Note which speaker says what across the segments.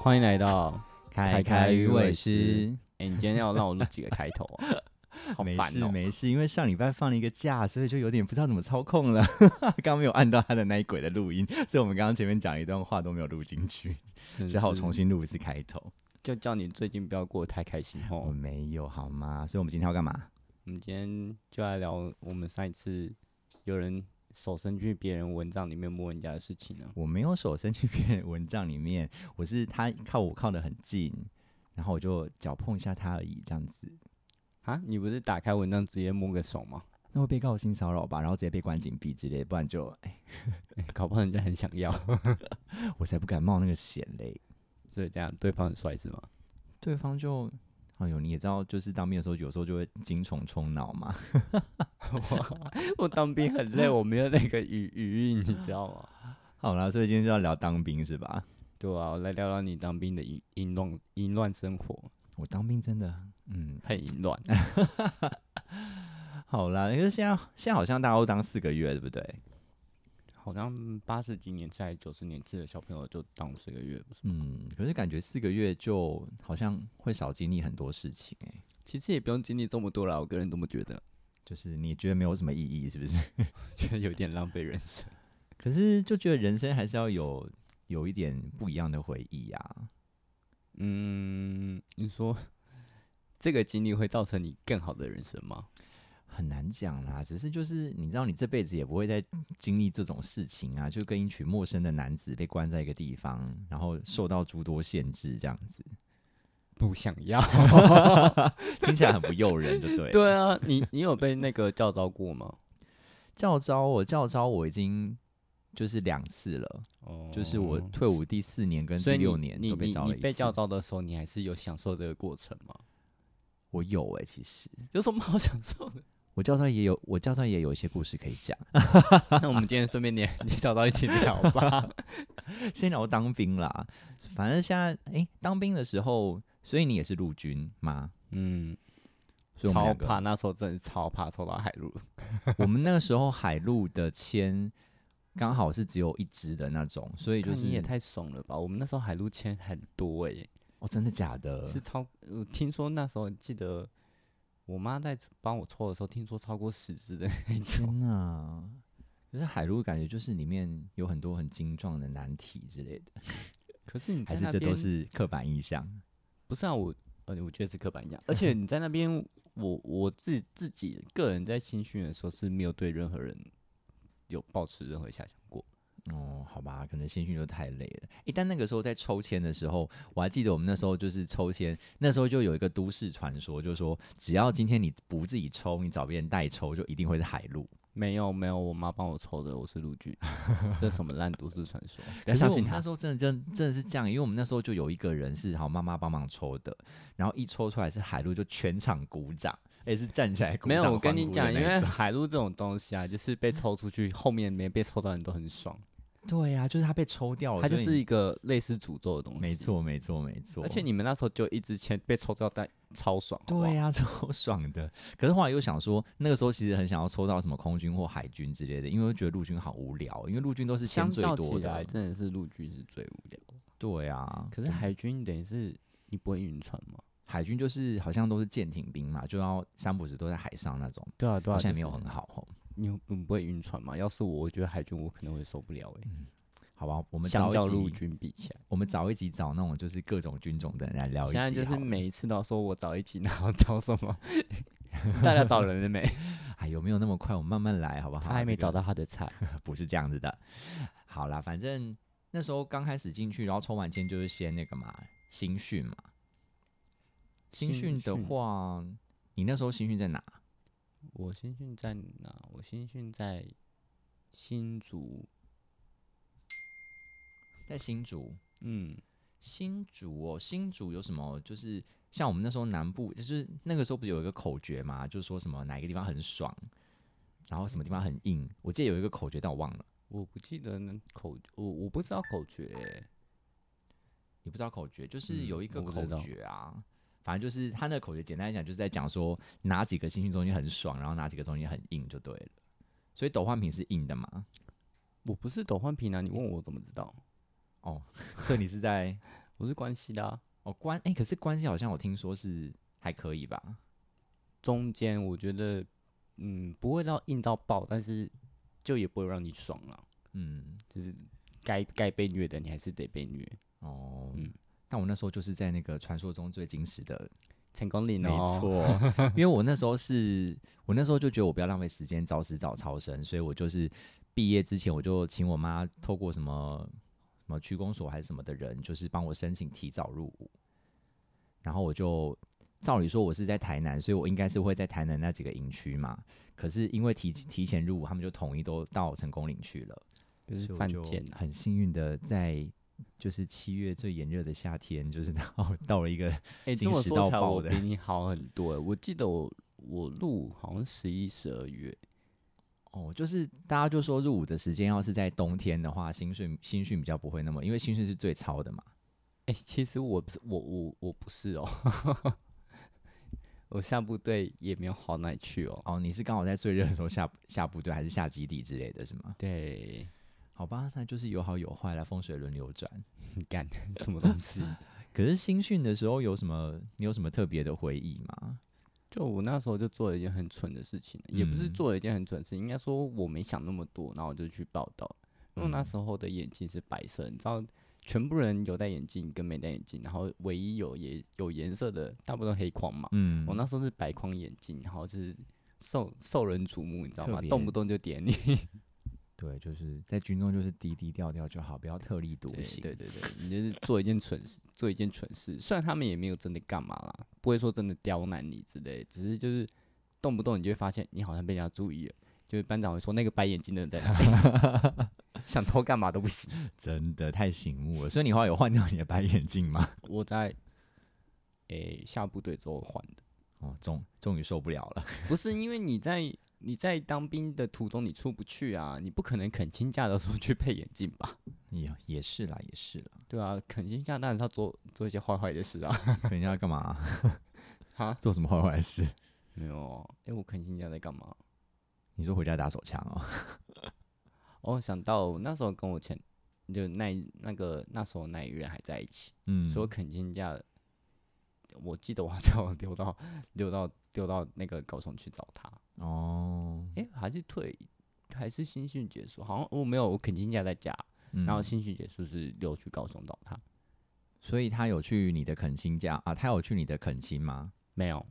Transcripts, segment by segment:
Speaker 1: 欢迎来到
Speaker 2: 凯
Speaker 1: 凯
Speaker 2: 凯
Speaker 1: 与
Speaker 2: 与
Speaker 1: 伟
Speaker 2: 伟
Speaker 1: 师
Speaker 2: 师，
Speaker 1: 哎、你今天要让我录几个开头 啊？好
Speaker 2: 没
Speaker 1: 烦
Speaker 2: 事
Speaker 1: 哦、
Speaker 2: 没事，因为上礼拜放了一个假，所以就有点不知道怎么操 控了。刚刚没有按到他的那一轨的录音，所以我们刚刚前面讲了一段话都没有录进去，
Speaker 1: 真
Speaker 2: 只好
Speaker 1: 是
Speaker 2: 重，新录一次开头。
Speaker 1: 就叫你最近不要过得太开心
Speaker 2: 我、
Speaker 1: 哦。
Speaker 2: 没有好吗？所以我们今天要干嘛？
Speaker 1: 我们今天就来聊我们上一次有人手伸去别人文章里面摸人家的事情呢。
Speaker 2: 我没有手伸去别人的蚊帐里面， 我是他靠我靠得很近，然后我就脚碰一下他而已，这样子。
Speaker 1: 啊，你不是打开文章直接摸个手吗？
Speaker 2: 那会被告性骚扰吧，然后直接被关禁闭之类，不然就哎，
Speaker 1: 搞不好人家很想要，
Speaker 2: 我才不敢冒那个险嘞。
Speaker 1: 所以这样对方很帅 是吗？
Speaker 2: 对方就，哎呦，你也知道，就是当兵的时候，有时候就会精虫充脑嘛。
Speaker 1: 我当兵很累，我没有那个余余韵，你知道吗？
Speaker 2: 好啦，所以今天就要聊当兵是吧？
Speaker 1: 对啊，我来聊聊你当兵的淫淫乱淫乱生活，
Speaker 2: 我当兵真的，嗯，
Speaker 1: 很淫乱。
Speaker 2: 好啦，可是现在现在好像大家都当四个月，对不对？
Speaker 1: 好像八十几年代、九十年次的小朋友就当四个月，不是吗？
Speaker 2: 嗯，可是感觉四个月就好像会少经历很多事情、欸，
Speaker 1: 其实也不用经历这么多啦，我个人这么觉得，
Speaker 2: 就是你觉得没有什么意义，是不 是？
Speaker 1: 觉得有点浪费人生。
Speaker 2: 可是就觉得人生还是要有有一点不一样的回忆啊。
Speaker 1: 嗯，你说这个经历会造成你更好的人生吗？
Speaker 2: 很难讲啦，只是就是你知道，你这辈子也不会再经历这种事情啊，就跟一群陌生的男子被关在一个地方，然后受到诸多限制，这样子
Speaker 1: 不想要。
Speaker 2: 听起来很不诱人，就对。，
Speaker 1: 对啊，你你有被那个教招过吗？
Speaker 2: 教招我教招我已经就是两次了，
Speaker 1: 哦
Speaker 2: 就是我退伍第四年跟
Speaker 1: 所
Speaker 2: 第
Speaker 1: 以你
Speaker 2: 六年
Speaker 1: 你
Speaker 2: 都被
Speaker 1: 你
Speaker 2: 招
Speaker 1: 你
Speaker 2: 了一
Speaker 1: 被
Speaker 2: 次
Speaker 1: 教。招的时候，你还是有享受这个过程吗？
Speaker 2: 我有哎、其实
Speaker 1: 有什么好享受 的？
Speaker 2: 我教招也有，我教招也有一些故事可以讲。
Speaker 1: 那我们今天顺便连连教招一起聊吧。
Speaker 2: 先聊当兵啦，反正现在哎、当兵的时候，所以你也是陆军吗？
Speaker 1: 嗯，
Speaker 2: 所以我们
Speaker 1: 超
Speaker 2: 两个
Speaker 1: 怕，那时候真的超怕抽到海陆。
Speaker 2: 我们那个时候海陆的签刚好是只有一支的那种，所以就
Speaker 1: 看
Speaker 2: 是
Speaker 1: 你也太怂了吧！我们那时候海陆签很多哎、
Speaker 2: 哦，真的假的？
Speaker 1: 是超、呃听说那时候记得我妈在帮我抽的时候，听说超过十支的 那一种。
Speaker 2: 天哪！可是海陆感觉就是里面有很多很精壮的难题之类的，
Speaker 1: 可是你
Speaker 2: 还
Speaker 1: 在
Speaker 2: 是
Speaker 1: 那
Speaker 2: 这
Speaker 1: 边
Speaker 2: 都是刻板印象？
Speaker 1: 不是啊？我呃，我觉得是刻板印 象。而且你在那边，我我自自己个人在新训的时候是没有对任何人有抱持任何遐想过。
Speaker 2: 哦，好吧，可能新训就太累了。诶，但那个时候在抽签的时候，我还记得我们那时候就是抽签，那时候就有一个都市传说，就是说只要今天你不自己抽，你找别人代抽，就一定会是海陆。
Speaker 1: 没有没有，我妈帮我抽的，我是陆 剧，这什么烂都市传说？不
Speaker 2: 可
Speaker 1: 要
Speaker 2: 是
Speaker 1: 相
Speaker 2: 我
Speaker 1: 信
Speaker 2: 们
Speaker 1: 他
Speaker 2: 那。时候真的真真的是这样，因为我们那时候就有一个人是好妈妈帮忙抽的，然后一抽出来是海陆，就全场鼓掌，而且是站起来鼓
Speaker 1: 没
Speaker 2: 掌。
Speaker 1: 有，我跟你讲，因为
Speaker 2: 欢呼的那一种
Speaker 1: 海陆这种东西啊，就是被抽出去，后面没被抽到的人都很爽，
Speaker 2: 对呀、就是他被抽掉了，
Speaker 1: 它就
Speaker 2: 所以
Speaker 1: 是一个类似诅咒的东
Speaker 2: 你
Speaker 1: 西。
Speaker 2: 没，错没错没错，
Speaker 1: 而且你们那时候就一支签被抽到，但超爽。好不好
Speaker 2: 对，呀、 超爽的。可是后来又想说，那个时候其实很想要抽到什么空军或海军之类的，因为我觉得陆军好无聊，因为陆军都是
Speaker 1: 相
Speaker 2: 签最
Speaker 1: 较起
Speaker 2: 多
Speaker 1: 来，
Speaker 2: 的。啊
Speaker 1: 真的是陆军是最无聊的。
Speaker 2: 对啊，
Speaker 1: 可是海军等于是你不会晕船吗？
Speaker 2: 海军就是好像都是舰艇兵嘛，就要三不时都在海上那种，
Speaker 1: 对啊，对
Speaker 2: 好
Speaker 1: 啊，现
Speaker 2: 像
Speaker 1: 在
Speaker 2: 也没有很好哦。
Speaker 1: 你你不会晕船吗？要是我，我觉得海军我可能会受不了哎、
Speaker 2: 好吧，我
Speaker 1: 我
Speaker 2: 们
Speaker 1: 相
Speaker 2: 找
Speaker 1: 较
Speaker 2: 一
Speaker 1: 陆
Speaker 2: 集
Speaker 1: 军比起来，
Speaker 2: 我们找一集找那种就是各种军种的人来聊
Speaker 1: 现
Speaker 2: 一集好
Speaker 1: 在
Speaker 2: 了。
Speaker 1: 就是每一次都要说我找一集，然后找什么， 大家找人了没？
Speaker 2: 哎有没有那么快？我们慢慢来好不 好？
Speaker 1: 他还没
Speaker 2: 这
Speaker 1: 找
Speaker 2: 个
Speaker 1: 到他的菜。
Speaker 2: 不是这样子的。好啦，反正那时候刚开始进去，然后抽完签就是先那个嘛新训嘛。新训的话，你那时候新训在哪？
Speaker 1: 我新训在哪？我新训在新竹，
Speaker 2: 在新竹。
Speaker 1: 嗯，
Speaker 2: 新竹哦，新竹有什么？就是像我们那时候南部，就是那个时候不是有一个口诀嘛，就是说什么哪一个地方很爽，然后什么地方很硬。我记得有一个口诀，但我忘了。
Speaker 1: 我不记得那口，我我不知道口诀欸、
Speaker 2: 你不知道口诀，就是
Speaker 1: 嗯
Speaker 2: 有一个
Speaker 1: 我不
Speaker 2: 口
Speaker 1: 知道
Speaker 2: 诀啊，反正就是他那个口诀，简单来讲就是在讲说哪几个新训中心很爽，然后哪几个中心很硬就对了。所以斗焕平是硬的嘛？
Speaker 1: 我不是抖换皮囊，你问我怎么知道？
Speaker 2: 哦所以你是在
Speaker 1: 我是关系的、啊，
Speaker 2: 哦，关哎、可是关系好像我听说是还可以吧？
Speaker 1: 中间我觉得嗯不会到硬到爆，但是就也不会让你爽啊，
Speaker 2: 嗯，
Speaker 1: 就是该该被虐的你还是得被虐，
Speaker 2: 哦，
Speaker 1: 嗯
Speaker 2: 但我那时候就是在那个传说中最矜持的，
Speaker 1: 成功领
Speaker 2: 没
Speaker 1: 哦，
Speaker 2: 错，因为我那时候是我那时候就觉得我不要浪费时间，早死早超生，所以我就是毕业之前我就请我妈透过什么什么区公所还是什么的人，就是帮我申请提早入伍，然后我就。照理说，我是在台南，所以我应该是会在台南那几个营区嘛。可是因为提提前入伍，他们就统一都到成功岭去了。
Speaker 1: 就是
Speaker 2: 所以我
Speaker 1: 犯
Speaker 2: 就
Speaker 1: 贱啊，
Speaker 2: 很幸运的在就是七月最炎热的夏天，就是到到了一个
Speaker 1: 哎、这
Speaker 2: 矜
Speaker 1: 么
Speaker 2: 持
Speaker 1: 说
Speaker 2: 到
Speaker 1: 起来，
Speaker 2: 爆
Speaker 1: 我
Speaker 2: 的
Speaker 1: 比你好很多、欸。我记得我我录好像十一、十二月，
Speaker 2: 哦，就是大家就说入伍的时间要是在冬天的话，新训新训比较不会那么，因为新训是最超的嘛。
Speaker 1: 哎、其实我不是，我我我不是哦， 我下部队也没有好哪里去哦。
Speaker 2: 哦，你是刚好在最热的时候下下部队还是下基地之类的，是吗？
Speaker 1: 对，
Speaker 2: 好吧，那就是有好有坏啦，风水轮流转。
Speaker 1: 你干什么东西？
Speaker 2: 可是新训的时候有什么？你有什么特别的回忆吗？
Speaker 1: 就我那时候就做了一件很蠢的事情，也不是
Speaker 2: 嗯
Speaker 1: 做了一件很蠢的事，应该说我没想那么多，然后我就去报道。因为我那
Speaker 2: 嗯
Speaker 1: 时候的眼镜是白色，你知道，全部人有戴眼镜跟没戴眼镜，然后唯一有颜有颜色的，大部分都黑框嘛。
Speaker 2: 嗯，
Speaker 1: 我哦那时候是白框眼镜，然后就是受受人瞩目，你知道
Speaker 2: 特
Speaker 1: 吗？
Speaker 2: 别
Speaker 1: 动不动就点你。
Speaker 2: 对，就是在军中就是低低调调就好，不要特立独
Speaker 1: 对
Speaker 2: 行。
Speaker 1: 对对对，你就是做一件蠢事，做一件蠢事。虽然他们也没有真的干嘛啦，不会说真的刁难你之类，只是就是动不动你就会发现你好像被人家注意了，就是班长会说那个白眼睛的人在哪 里想偷干嘛都不行。
Speaker 2: 真的太醒目了，所以你后来有换掉你的白眼镜吗？
Speaker 1: 我在诶、下部队之后换的，
Speaker 2: 哦，终终于受不了了。
Speaker 1: 不是因为你在。你在当兵的途中，你出不去啊！你不可能恳亲假的时候去配眼镜吧？
Speaker 2: 也也是啦，也是啦。
Speaker 1: 对啊，恳亲假当然是要做做一些坏坏的事啊。
Speaker 2: 人家要干嘛？
Speaker 1: 哈
Speaker 2: 做什么坏坏事？
Speaker 1: 没有，啊诶、我恳亲假在干嘛？
Speaker 2: 你说回家打手枪 哦？
Speaker 1: 哦，想到我那时候跟我前就那一那个那时候那一任还在一起，
Speaker 2: 嗯，
Speaker 1: 所以我肯定假，我记得我好 像丢到丢到丢到那个高雄去找他，
Speaker 2: 哦，
Speaker 1: 诶、还是退还是新训结束，好像我、哦、没有，我肯定假在家，
Speaker 2: 嗯
Speaker 1: 然后新训结束是溜去高雄找他，
Speaker 2: 所以他有去你的恳亲家啊？他有去你的恳亲吗？
Speaker 1: 没有，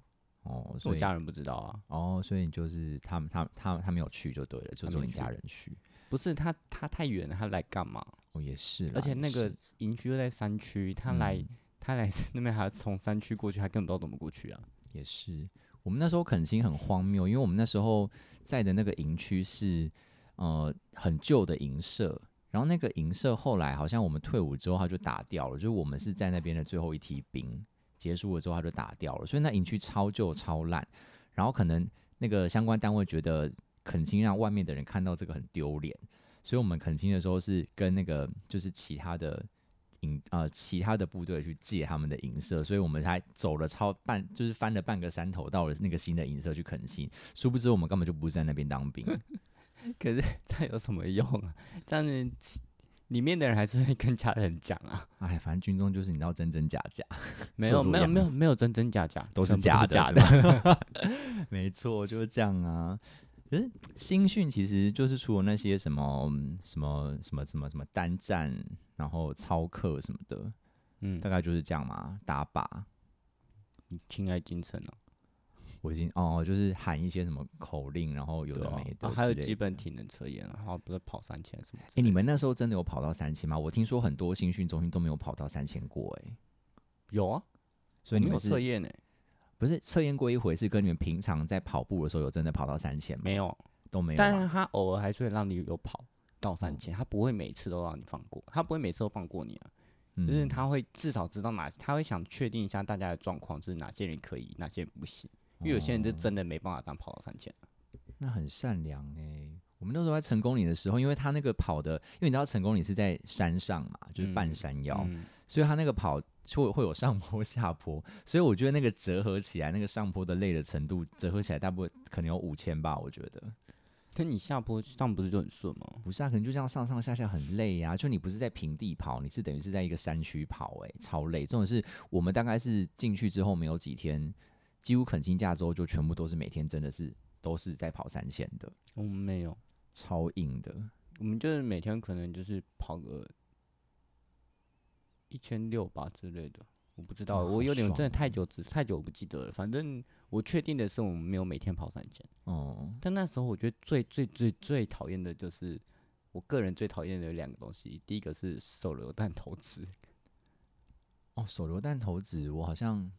Speaker 2: 哦，所
Speaker 1: 我
Speaker 2: 以
Speaker 1: 家人不知道啊，
Speaker 2: 哦，所以你就是他们，他他他没有去就对了，就
Speaker 1: 他
Speaker 2: 是
Speaker 1: 没
Speaker 2: 你
Speaker 1: 去
Speaker 2: 家人去。
Speaker 1: 不是他他太远了，他来干嘛？
Speaker 2: 哦，也是啦，
Speaker 1: 而且
Speaker 2: 也
Speaker 1: 那个
Speaker 2: 是
Speaker 1: 营区又在山区，他来、
Speaker 2: 嗯
Speaker 1: 他来 那边还要从山区过去，他根本不知道怎么过去啊。
Speaker 2: 也是，我们那时候垦丁很荒谬，因为我们那时候在的那个营区是呃很旧的营舍，然后那个营舍后来好像我们退伍之后它就打掉了，就是我们是在那边的最后一批兵，结束了之后它就打掉了，所以那营区超旧超烂，然后可能那个相关单位觉得垦丁让外面的人看到这个很丢脸，所以我们垦丁的时候是跟那个就是其他的营呃其他的部队去借他们的营舍，所以我们还走了超半，就是翻了半个山头到了那个新的营舍去垦青。殊不知我们根本就不是在那边当兵，
Speaker 1: 可是 这有什么用啊？这样子其里面的人还是会跟家人讲啊，
Speaker 2: 哎，反正军中就是你知道真真假假，
Speaker 1: 没
Speaker 2: 做
Speaker 1: 有
Speaker 2: 做
Speaker 1: 没有
Speaker 2: 样
Speaker 1: 没有没有真真假假，
Speaker 2: 都是
Speaker 1: 全部
Speaker 2: 假的，
Speaker 1: 假
Speaker 2: 是
Speaker 1: 的。
Speaker 2: 吧 没错，就是这样啊。可是新训其实就是除了那些什么嗯什么什么什么什么单战，然后操课什么的，
Speaker 1: 嗯
Speaker 2: 大，概就是这样嘛，打靶。
Speaker 1: 亲爱精神啊，
Speaker 2: 我已经哦，就是喊一些什么口令，然后有
Speaker 1: 对
Speaker 2: 的
Speaker 1: 啊
Speaker 2: 没的、
Speaker 1: 啊，还有基本。体能测验啊，然后不是跑三千什么之
Speaker 2: 哎、你
Speaker 1: 类的
Speaker 2: 们那时候真的有跑到三千吗？我听说很多新训中心都没有跑到三千过、哎，
Speaker 1: 有啊？
Speaker 2: 所
Speaker 1: 我
Speaker 2: 以你
Speaker 1: 们有
Speaker 2: 们
Speaker 1: 测
Speaker 2: 是
Speaker 1: 验呢？
Speaker 2: 不是测验过一回？是跟你们平常在跑步的时候有真的跑到三千吗？
Speaker 1: 没有，
Speaker 2: 都没有啊嗯
Speaker 1: 但
Speaker 2: 吗。
Speaker 1: 是他偶尔还是会让你有跑到三千，他不会每次都让你放过，他不会每次都放过你啊，就是
Speaker 2: 嗯
Speaker 1: 他会至少知道哪，他会想确定一下大家的状况，就是哪些人可以，哪些人不行，因为有些人就
Speaker 2: 哦
Speaker 1: 真的没办法这样跑到三千。
Speaker 2: 那很善良哎、我们那时候在成功岭的时候，因为他那个跑的，因为你知道成功岭是在山上嘛，就是半
Speaker 1: 嗯
Speaker 2: 山腰，
Speaker 1: 嗯
Speaker 2: 所以他那个跑会会有上坡 下坡，所以我觉得那个折合起来，那个上坡的累的程度折合起来，大部分可能有五千吧，我觉得。
Speaker 1: 可你下坡上不是就很顺吗？
Speaker 2: 不是啊，可能就这样上上下下很累啊。就你不是在平地跑，你是等于是在一个山区跑、欸，哎，超累。重点是我们大概是进去之后没有几天，几乎肯辛架之后就全部都是每天真的是都是在跑三线的，
Speaker 1: 我们没有，
Speaker 2: 超硬的。
Speaker 1: 我们就是每天可能就是跑个一千六吧之类的，我不知道，
Speaker 2: 哇好
Speaker 1: 我有点
Speaker 2: 爽
Speaker 1: 真的太
Speaker 2: 哦
Speaker 1: 久只太久不记得了。反正我确定的是我们没有每天跑三千，
Speaker 2: 哦、
Speaker 1: 但那时候我觉得最最最最讨厌的就是我个人最讨厌的有两个东西，第一个是手榴弹投掷，
Speaker 2: 哦，手榴弹投掷，我好像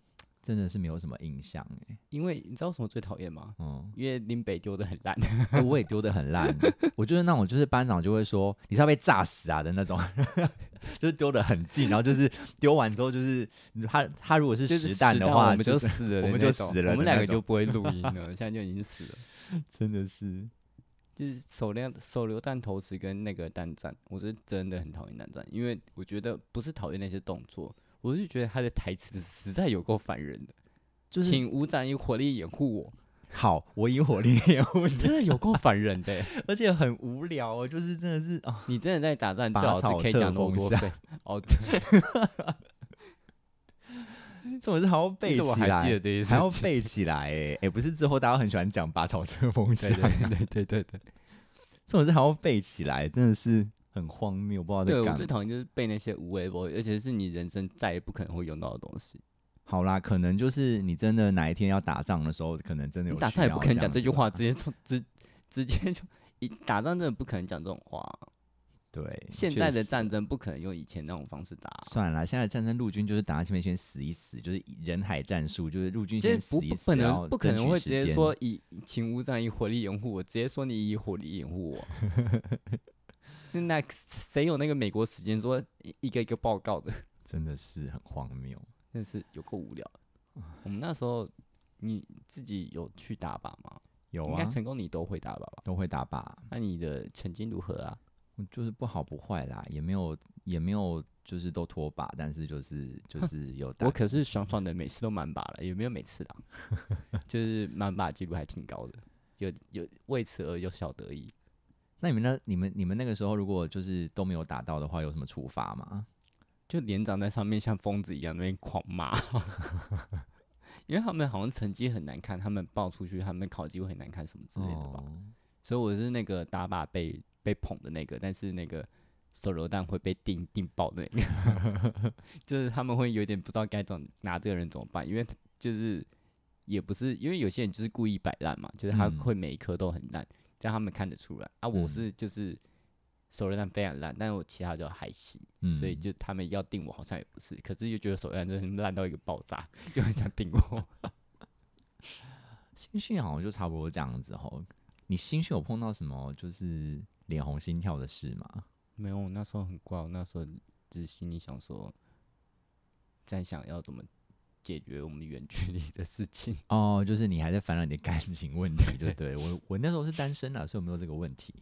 Speaker 2: 真的是没有什么印象哎、
Speaker 1: 因为你知道为什么最讨厌吗？，
Speaker 2: 嗯
Speaker 1: 因为林北丢的很 烂，
Speaker 2: 哎我也丢的很烂，我就是那种就是班长就会说你是要被炸死啊的那种， 就是丢的很近，然后就是丢完之后就是他他如果是
Speaker 1: 就是
Speaker 2: 实弹的话，
Speaker 1: 哦我们就是死了的
Speaker 2: 我
Speaker 1: 那种，
Speaker 2: 们就死了
Speaker 1: 我们
Speaker 2: 的
Speaker 1: 两
Speaker 2: 那
Speaker 1: 个就
Speaker 2: 种
Speaker 1: 不会录音了， 现在就已经死了。
Speaker 2: 真的是
Speaker 1: 就是手榴手榴弹投掷跟那个弹战，我是真的很讨厌弹战，因为我觉得不是讨厌那些动作，我是觉得他的台词实在有够烦人的。
Speaker 2: 就是
Speaker 1: 请吴展以火力掩护我，
Speaker 2: 好，我以 火力掩护你，
Speaker 1: 真的有够烦人的欸、
Speaker 2: 而且很无聊哦，就是真的是啊，
Speaker 1: 你真的在打战，最
Speaker 2: 拔
Speaker 1: 好是
Speaker 2: 草
Speaker 1: 可以
Speaker 2: 测
Speaker 1: 讲那么
Speaker 2: 风
Speaker 1: 多
Speaker 2: 向
Speaker 1: 遍。哦，对，
Speaker 2: 这种是还要背
Speaker 1: 你
Speaker 2: 起
Speaker 1: 怎么还
Speaker 2: 来，
Speaker 1: 记得这些事
Speaker 2: 还要
Speaker 1: 情？
Speaker 2: 背起来哎、 哎、不是之后大家很喜欢讲拔草车风向
Speaker 1: 欸对，对对对对对，
Speaker 2: 这种是还要背起来，真的是很荒谬，不知道在
Speaker 1: 对我
Speaker 2: 干
Speaker 1: 最
Speaker 2: 嘛。
Speaker 1: 讨厌就是背那些无微博，而且是你人生再也不可能会用到的东西。
Speaker 2: 好啦，可能就是你真的哪一天要打仗的时候，可能真的
Speaker 1: 你
Speaker 2: 有
Speaker 1: 打
Speaker 2: 需
Speaker 1: 仗也
Speaker 2: 要
Speaker 1: 不可能讲
Speaker 2: 样
Speaker 1: 这句
Speaker 2: 子啊
Speaker 1: 话，
Speaker 2: 吧
Speaker 1: 直接从直直接就一打仗真的不可能讲这种话啊、
Speaker 2: 对，
Speaker 1: 现
Speaker 2: 确
Speaker 1: 在的
Speaker 2: 实
Speaker 1: 战争不可能用以前那种方式打啊、
Speaker 2: 算了啦，现在的战争陆军就是打到前面先死一死，就是以人海战术，就是陆军
Speaker 1: 其实
Speaker 2: 先
Speaker 1: 不
Speaker 2: 死一
Speaker 1: 不
Speaker 2: 死，
Speaker 1: 可
Speaker 2: 然
Speaker 1: 能
Speaker 2: 后
Speaker 1: 不可
Speaker 2: 争
Speaker 1: 能
Speaker 2: 取
Speaker 1: 会
Speaker 2: 时
Speaker 1: 直接
Speaker 2: 间
Speaker 1: 说以请勿战以火力掩护我，直接说你以火力掩护我。 那那谁有那个美国时间说一一个一个报告的？
Speaker 2: 真的是很荒谬。
Speaker 1: 真的是有够无聊的。我们那时候你自己有去打靶吗？
Speaker 2: 有
Speaker 1: 应
Speaker 2: 啊
Speaker 1: 该，成功你都会打靶吧？
Speaker 2: 都会打靶，
Speaker 1: 那你的成绩如何啊？
Speaker 2: 我就是不好不坏啦，也没有也没有就是都脱靶，但是就是就是 有打
Speaker 1: 我可是爽爽的，每次都满靶了，也没有每次 啦，就是满靶记录还挺高的，有有为此而有小得意。
Speaker 2: 那你们那你们你们那个时候如果就是都没有打到的话，有什么处罚吗？
Speaker 1: 就连长在上面像疯子一样那边狂骂， 因为他们好像成绩很难看，他们报出去他们考绩会很难看什么之类的吧。
Speaker 2: 哦
Speaker 1: 所以我是那个打靶被被捧的那个，但是那个手榴弹会被定定爆的那个， 就是他们会有点不知道该怎么拿这个人怎么办，因为他就是也不是因为有些人就是故意摆烂嘛，就是他
Speaker 2: 嗯
Speaker 1: 会每一颗都很烂，这样他们看得出来啊。我
Speaker 2: 嗯
Speaker 1: 是就是手榴弹非常烂，但是我其他就还行，所以
Speaker 2: 嗯
Speaker 1: 就他们要定我好像也不是，可是又觉得手榴弹真的烂到一个爆炸， 又很想定我。
Speaker 2: 新训好像就差不多这样子吼。你新训有碰到什么就是脸红心跳的事吗？
Speaker 1: 没有，我那时候很怪，我那时候只是心里想说，在想要怎么解决我们远距离的事 情。
Speaker 2: 哦，就是你还在烦恼你的感情问题，对不对？我 我那时候是单身啦，所以我没有这个问题。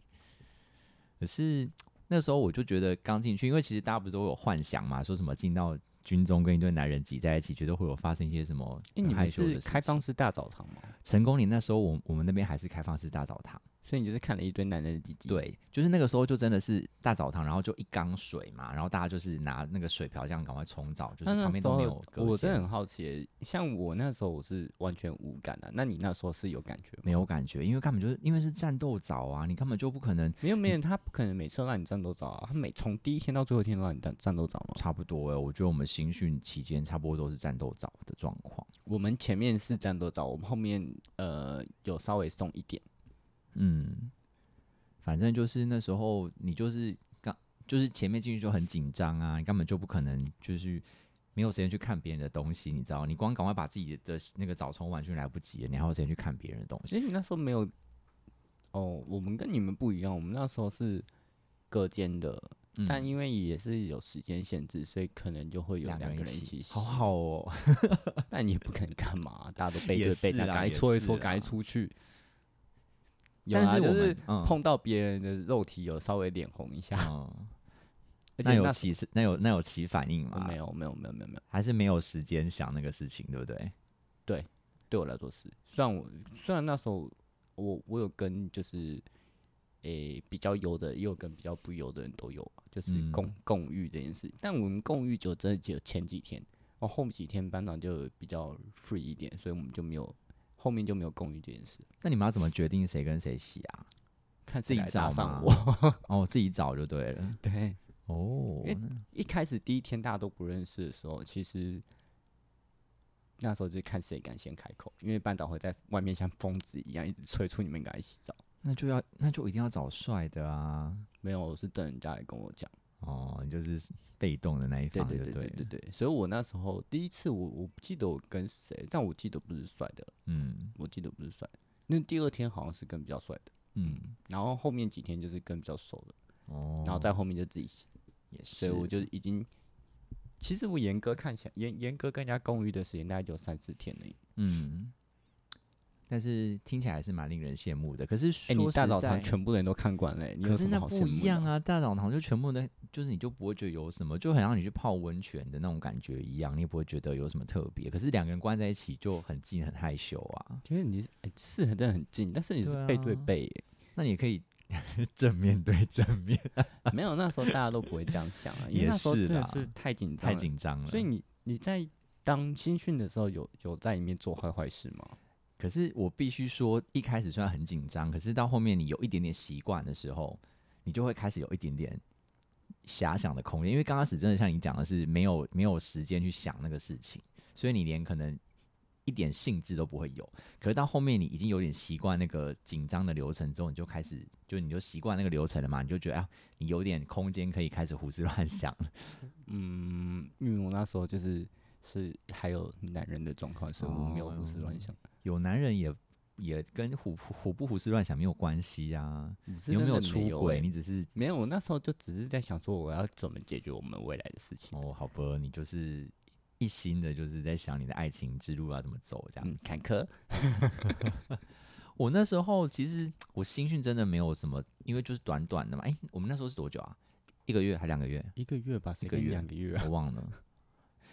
Speaker 2: 可是那时候我就觉得刚进去，因为其实大家不是都有幻想嘛，说什么进到军中跟一对男人挤在一起，觉得会有发生一些什么
Speaker 1: 因为
Speaker 2: 很
Speaker 1: 你
Speaker 2: 害
Speaker 1: 们
Speaker 2: 羞的
Speaker 1: 是
Speaker 2: 事
Speaker 1: 开
Speaker 2: 情
Speaker 1: 放式大澡堂嘛，
Speaker 2: 成功岭那时候我我们那边还是开放式大澡堂。
Speaker 1: 所以你就是看了一堆男人的鸡鸡。，
Speaker 2: 对，就是那个时候就真的是大澡堂，然后就一缸水嘛，然后大家就是拿那个水瓢这样赶快冲澡，就是
Speaker 1: 那
Speaker 2: 旁
Speaker 1: 那时
Speaker 2: 边都没
Speaker 1: 候
Speaker 2: 有隔
Speaker 1: 我真的
Speaker 2: 间
Speaker 1: 很好奇耶，像我那时候我是完全无感的、那你那时候是有感觉吗？
Speaker 2: 没有感觉，因为根本就是因为是战斗澡啊，你根本就不可能
Speaker 1: 没有没有，他不可能每次都让你战斗澡啊，他每从第一天到最后一天都让你战战斗澡嘛。
Speaker 2: 差不多哎、我觉得我们新训期间差不多都是战斗澡的状况，
Speaker 1: 我们前面是战斗澡，我们后面呃有稍微松一点。
Speaker 2: 嗯，反正就是那时候你就是刚就是前面进去就很紧张啊，你根本就不可能就是。没有时间去看别人的东西，你知道？你光赶快把自己的那个澡冲完就来不及了，你还有时间去看别人的东西？
Speaker 1: 其实你那时候没有，哦，我们跟你们不一样，我们那时候是隔间的，
Speaker 2: 嗯
Speaker 1: 但因为也是有时间限制，所以可能就会有两
Speaker 2: 两
Speaker 1: 个人
Speaker 2: 人
Speaker 1: 一起洗。
Speaker 2: 好好哦。
Speaker 1: 但你也不可能干 嘛，大家都背
Speaker 2: 也
Speaker 1: 对背，
Speaker 2: 是
Speaker 1: 那
Speaker 2: 啦
Speaker 1: 赶快
Speaker 2: 也
Speaker 1: 搓一
Speaker 2: 是
Speaker 1: 搓，赶快
Speaker 2: 啦
Speaker 1: 出去。有
Speaker 2: 但
Speaker 1: 啊，
Speaker 2: 是
Speaker 1: 就
Speaker 2: 我
Speaker 1: 是
Speaker 2: 们嗯
Speaker 1: 碰到别人的肉体有稍微脸红一下，
Speaker 2: 嗯，
Speaker 1: 而
Speaker 2: 那
Speaker 1: 且
Speaker 2: 有
Speaker 1: 那
Speaker 2: 起是那有那有起反应
Speaker 1: 呃
Speaker 2: 吗？
Speaker 1: 没，有没有没有没有没有，
Speaker 2: 还是没有时间想那个事情，对不对？
Speaker 1: 对我来说是，虽然我虽然那时候我我有跟就是诶、比较优的，也有跟比较不优的人都有啊，就是
Speaker 2: 嗯
Speaker 1: 共、共育这件事。但我们共育就真的只有前几天，哦，后几天班长就比较 free 一点，所以我们就没有后面就没有共育这件事。
Speaker 2: 那你们要怎么决定谁跟谁洗啊？
Speaker 1: 看
Speaker 2: 自
Speaker 1: 谁
Speaker 2: 己
Speaker 1: 来
Speaker 2: 找
Speaker 1: 搭上
Speaker 2: 吗
Speaker 1: 我，
Speaker 2: 哦，自己找就对了。
Speaker 1: 对，
Speaker 2: 哦，
Speaker 1: 因为一开始第一天大家都不认识的时候，其实那时候就是看谁敢先开口，因为班长会在外面像疯子一样一直催促你们赶快洗澡。
Speaker 2: 那就要那就一定要找帅的啊。
Speaker 1: 没有，我是等人家来跟我讲。
Speaker 2: 哦，你就是被动的那一
Speaker 1: 对
Speaker 2: 方就
Speaker 1: 对
Speaker 2: 了
Speaker 1: 对对对对，所以我那时候第一次我我不记得我跟谁，但我记得不是帅的，
Speaker 2: 嗯
Speaker 1: 我记得不是帅的。那第二天好像是跟比较帅的，
Speaker 2: 嗯，
Speaker 1: 然后后面几天就是跟比较熟的，
Speaker 2: 哦，
Speaker 1: 然后再后面就自己洗。
Speaker 2: 也是，
Speaker 1: 所以我就已经，其实我严格看起来，严严格跟人家共浴的时间大概就三四天而已。
Speaker 2: 嗯，但是听起来还是蛮令人羡慕的。可是
Speaker 1: 哎、
Speaker 2: 说、
Speaker 1: 你大澡堂。全部人都看惯嘞、你有
Speaker 2: 可
Speaker 1: 什
Speaker 2: 是
Speaker 1: 么
Speaker 2: 那
Speaker 1: 好羡
Speaker 2: 不
Speaker 1: 慕
Speaker 2: 一
Speaker 1: 的
Speaker 2: 样？啊！大澡堂就全部的，就是你就不会觉得有什么，就很像你去泡温泉的那种感觉一样，你也不会觉得有什么特别。可是两个人关在一起就很近，很害羞啊。
Speaker 1: 其实你是、哎是很真的很近，但是你是
Speaker 2: 对
Speaker 1: 背对
Speaker 2: 啊
Speaker 1: 背耶、
Speaker 2: 那你也可以 正面对正面，
Speaker 1: 没有那时候大家都不会这样想啊，因为
Speaker 2: 也
Speaker 1: 那时候
Speaker 2: 是
Speaker 1: 真的
Speaker 2: 啦
Speaker 1: 是太紧张
Speaker 2: 太
Speaker 1: 了。
Speaker 2: 紧张了。
Speaker 1: 所以你你在当新训的时候有有在里面做坏坏事吗？
Speaker 2: 可是我必须说，一开始虽然很紧张，可是到后面你有一点点习惯的时候，你就会开始有一点点遐想的空间。因为刚开始真的像你讲的是没有 没有时间去想那个事情，所以你连可能一点兴致都不会有。可是到后面你已经有点习惯那个紧张的流程之后，你就开始就你就习惯那个流程了嘛，你就觉得啊，你有点空间可以开始胡思乱想了。
Speaker 1: 嗯，因为我那时候就是是还有男人的状况，所以我没有胡思乱想。
Speaker 2: 有男人也也跟胡胡不胡思乱想没有关系啊。
Speaker 1: 我是
Speaker 2: 你
Speaker 1: 真
Speaker 2: 有没
Speaker 1: 的
Speaker 2: 有
Speaker 1: 没
Speaker 2: 出轨？
Speaker 1: 欸
Speaker 2: 你只是
Speaker 1: 没有，我那时候就只是在想说我要怎么解决我们未来的事情。
Speaker 2: 哦，好吧，你就是一心的，就是在想你的爱情之路要怎么走这样。
Speaker 1: 嗯，坎坷。
Speaker 2: 我那时候其实我新训真的没有什么，因为就是短短的嘛。哎、我们那时候是多久啊？一个月还两个月？
Speaker 1: 一个月吧，谁
Speaker 2: 一个
Speaker 1: 跟你
Speaker 2: 月
Speaker 1: 两个月啊。
Speaker 2: 我忘了。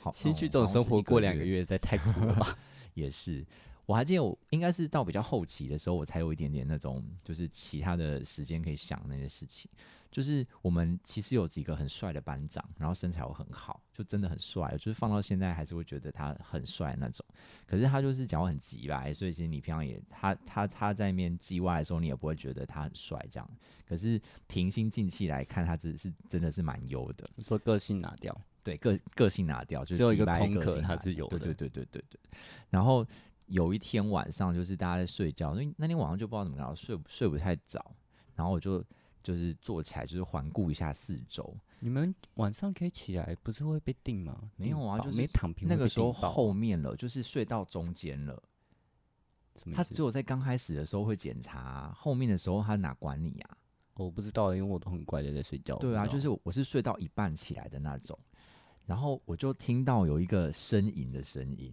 Speaker 2: 好，
Speaker 1: 新
Speaker 2: 哦
Speaker 1: 去这种
Speaker 2: 好像
Speaker 1: 生
Speaker 2: 是
Speaker 1: 活
Speaker 2: 一
Speaker 1: 过两个
Speaker 2: 月
Speaker 1: 月，实在太苦了 吧？
Speaker 2: 也是。我还记得我应该是到比较后期的时候，我才有一点点那种，就是其他的时间可以想那些事情。就是我们其实有几个很帅的班长，然后身材又很好，就真的很帅，就是放到现在还是会觉得他很帅那种。可是他就是讲话很急吧，所以其实你平常也他他他在面叽歪的时候，你也不会觉得他很帅这样。可是平心静气来看，他只是真的是蛮优的。
Speaker 1: 你说个性拿掉，
Speaker 2: 对个个性拿掉，就是
Speaker 1: 只有一
Speaker 2: 击
Speaker 1: 个
Speaker 2: 败
Speaker 1: 空壳
Speaker 2: 性
Speaker 1: 它
Speaker 2: 拿
Speaker 1: 是
Speaker 2: 掉
Speaker 1: 有
Speaker 2: 对
Speaker 1: 的
Speaker 2: 对对对对对。然后有一天晚上，就是大家在睡觉，所以那天晚上就不知道怎么搞，睡不睡不太早，然后我就就是坐起来，就是环顾一下四周。
Speaker 1: 你们晚上可以起来，不是会被定吗？
Speaker 2: 没有啊
Speaker 1: 定爆
Speaker 2: 就是
Speaker 1: 没躺平会
Speaker 2: 那
Speaker 1: 被定爆。
Speaker 2: 个时候后面了，就是睡到中间了。
Speaker 1: 什么
Speaker 2: 他
Speaker 1: 意思
Speaker 2: 只有在刚开始的时候会检查，后面的时候他哪管你啊？
Speaker 1: 我不知道，因为我都很乖的在睡觉。
Speaker 2: 对啊，
Speaker 1: 我不
Speaker 2: 就
Speaker 1: 知
Speaker 2: 是我我是睡到一半起来的那种，然后我就听到有一个呻吟的声音，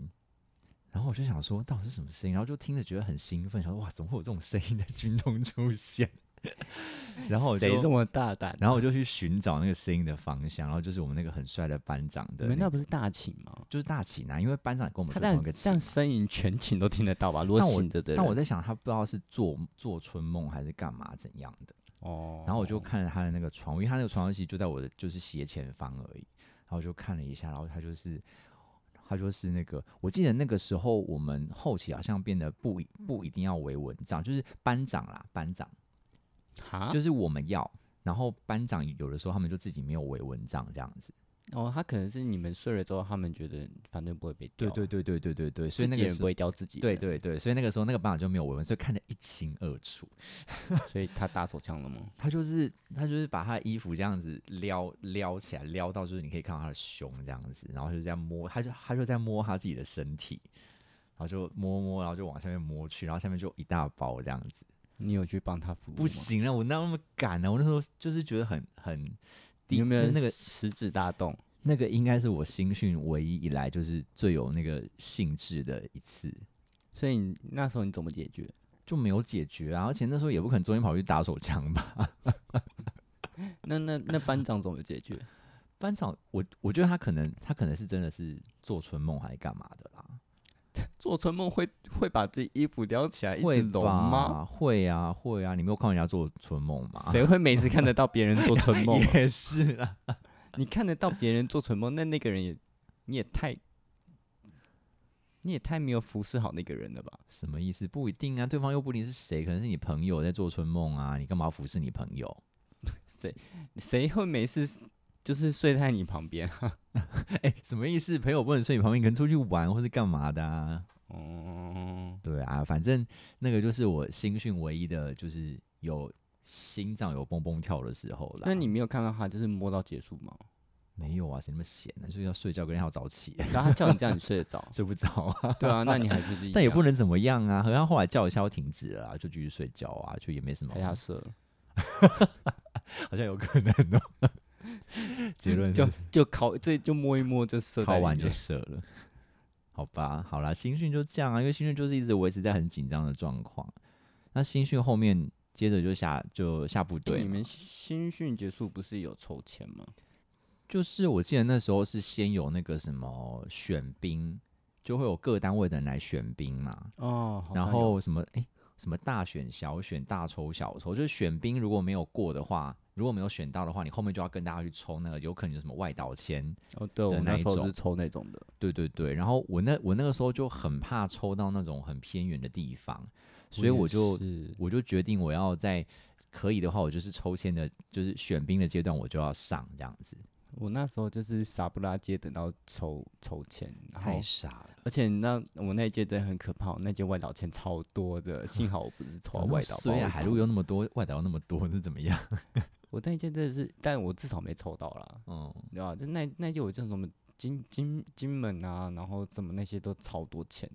Speaker 2: 然后我就想说到底是什么声音，然后就听着觉得很兴奋，想说哇，怎么会有这种声音在军中出现？ 然后
Speaker 1: 道
Speaker 2: 我
Speaker 1: 谁这
Speaker 2: 就，
Speaker 1: 么大胆？
Speaker 2: 然后我就去寻找那个声音的方向，然后就是我们那个很帅的班长
Speaker 1: 你
Speaker 2: 的
Speaker 1: 们
Speaker 2: 那
Speaker 1: 那
Speaker 2: 个，
Speaker 1: 不是大寝吗？
Speaker 2: 就是大寝啊，因为班长也跟我们
Speaker 1: 他
Speaker 2: 住
Speaker 1: 这样
Speaker 2: 同一个
Speaker 1: 这
Speaker 2: 寝
Speaker 1: 样
Speaker 2: 嘛。
Speaker 1: 呻吟，全寝都听得到吧？如果
Speaker 2: 但我
Speaker 1: 醒着的人，
Speaker 2: 但我在想，他不知道是做做春梦还是干嘛怎样的。
Speaker 1: 哦，
Speaker 2: 然后我就看了他的那个床，因为他那个床其实就在我的就是斜前方而已。然后我就看了一下，然后他就是他就是那个，我记得那个时候我们后期好像变得不一不一定要为文章，就是班长啦，班长
Speaker 1: 哈
Speaker 2: 就，是我们要。然后班长有的时候他们就自己没有为文章这样子，
Speaker 1: 哦，他可能是你们睡了之后，他们觉得反正不会被
Speaker 2: 对
Speaker 1: 掉，
Speaker 2: 对对对对对对，所以
Speaker 1: 自
Speaker 2: 那
Speaker 1: 己
Speaker 2: 个
Speaker 1: 人
Speaker 2: 时
Speaker 1: 不
Speaker 2: 候
Speaker 1: 会掉自己
Speaker 2: 对
Speaker 1: 人，
Speaker 2: 对对，所以那个时候那个班长就没有为文，所以看得一清二楚。
Speaker 1: 所以他打手枪了吗？
Speaker 2: 他就是他就是把他的衣服这样子撩撩起来，撩到就是你可以看到他的胸这样子，然后就这样摸，他就他就在摸他自己的身体，然后就摸摸，然后就往下面摸去，然后下面就一大包这样子。
Speaker 1: 你有去帮他服务吗
Speaker 2: 不？行啊，我那么敢啊，我那时候就是觉得很很
Speaker 1: 你有没有
Speaker 2: 那个
Speaker 1: 食指大动？
Speaker 2: 那个应该是我新训唯一以来就是最有那个兴致的一次。
Speaker 1: 所以你那时候你怎么解决？
Speaker 2: 就没有解决啊，而且那时候也不可能中间跑去打手枪吧。
Speaker 1: 那那那班长怎么解决？
Speaker 2: 班长，我我觉得他可能他可能是真的是做春梦还是干嘛的啦。
Speaker 1: 做春梦会会把自己衣服撩起来一
Speaker 2: 会
Speaker 1: 直揉吗？
Speaker 2: 吧？会啊，会啊！你没有看人家做春梦吗？
Speaker 1: 谁会每次看得到别人做春梦啊？
Speaker 2: 也是啊，
Speaker 1: 你看得到别人做春梦，那那个人也你也太你也太没有服侍好那个人了吧？
Speaker 2: 什么意思？不一定啊，对方又不一定是谁，可能是你朋友在做春梦啊，你干嘛服侍你朋友？
Speaker 1: 谁谁会没事就是睡在你旁边？啊
Speaker 2: 哎、什么意思？朋友不能睡你旁边，可能出去玩或是干嘛的啊？
Speaker 1: 哦，
Speaker 2: 对啊，反正那个就是我新训唯一的，就是有心脏有蹦蹦跳的时候啦。
Speaker 1: 那你没有看到他就是摸到结束吗？
Speaker 2: 没有啊？谁那么闲呢、就是要睡觉，跟人还要早起， ？
Speaker 1: 然后他叫你这样，你睡得着
Speaker 2: 睡不着啊。
Speaker 1: 对啊，那你还不 是一
Speaker 2: 但也不
Speaker 1: 能
Speaker 2: 能怎么样啊，好像后来叫一下又停止了啊，就继续睡觉啊，就也没什么
Speaker 1: 陪，他哎射，
Speaker 2: 好像有可能哦。 结论
Speaker 1: 就是就烤这就摸一摸就射在
Speaker 2: 考
Speaker 1: 里
Speaker 2: 完
Speaker 1: 面
Speaker 2: 就射了，好吧，好啦，新训就这样啊，因为新训就是一直维持在很紧张的状况。那新训后面接着就下就下部
Speaker 1: 哎
Speaker 2: 队
Speaker 1: 你
Speaker 2: 嘛，
Speaker 1: 们新训结束不是有抽签吗？
Speaker 2: 就是我记得那时候是先有那个什么选兵，就会有各单位的人来选兵嘛，
Speaker 1: 哦，好像
Speaker 2: 然
Speaker 1: 有
Speaker 2: 后什么哎、什么大选、小选、大抽、小抽，就是选兵如果没有过的话，如果没有选到的话，你后面就要跟大家去抽那个，有可能有什么外岛签，
Speaker 1: 哦，对我
Speaker 2: 的那
Speaker 1: 那
Speaker 2: 一
Speaker 1: 时候
Speaker 2: 种
Speaker 1: 是抽那种的，
Speaker 2: 对对对，然后我那我那个时候就很怕抽到那种很偏远的地方，所以
Speaker 1: 也
Speaker 2: 我就是我就决定我要在可以的话，我就是抽签的，就是选兵的阶段我就要上这样子，
Speaker 1: 我那时候就是傻不拉几地等到抽抽签，然后
Speaker 2: 太傻了，
Speaker 1: 而且那我那一届真的很可怕，我那届外岛签超多的，幸好我不是抽到外岛，不
Speaker 2: 虽
Speaker 1: 然
Speaker 2: 然
Speaker 1: 我
Speaker 2: 啊海
Speaker 1: 哭
Speaker 2: 陆有那么多， 外岛有那么多，是怎么样？
Speaker 1: 我那一届真的是，但我至少没抽到啦，
Speaker 2: 嗯，
Speaker 1: 你知道吧？就那那一届我就什么金金金门啊，然后什么那些都超多钱，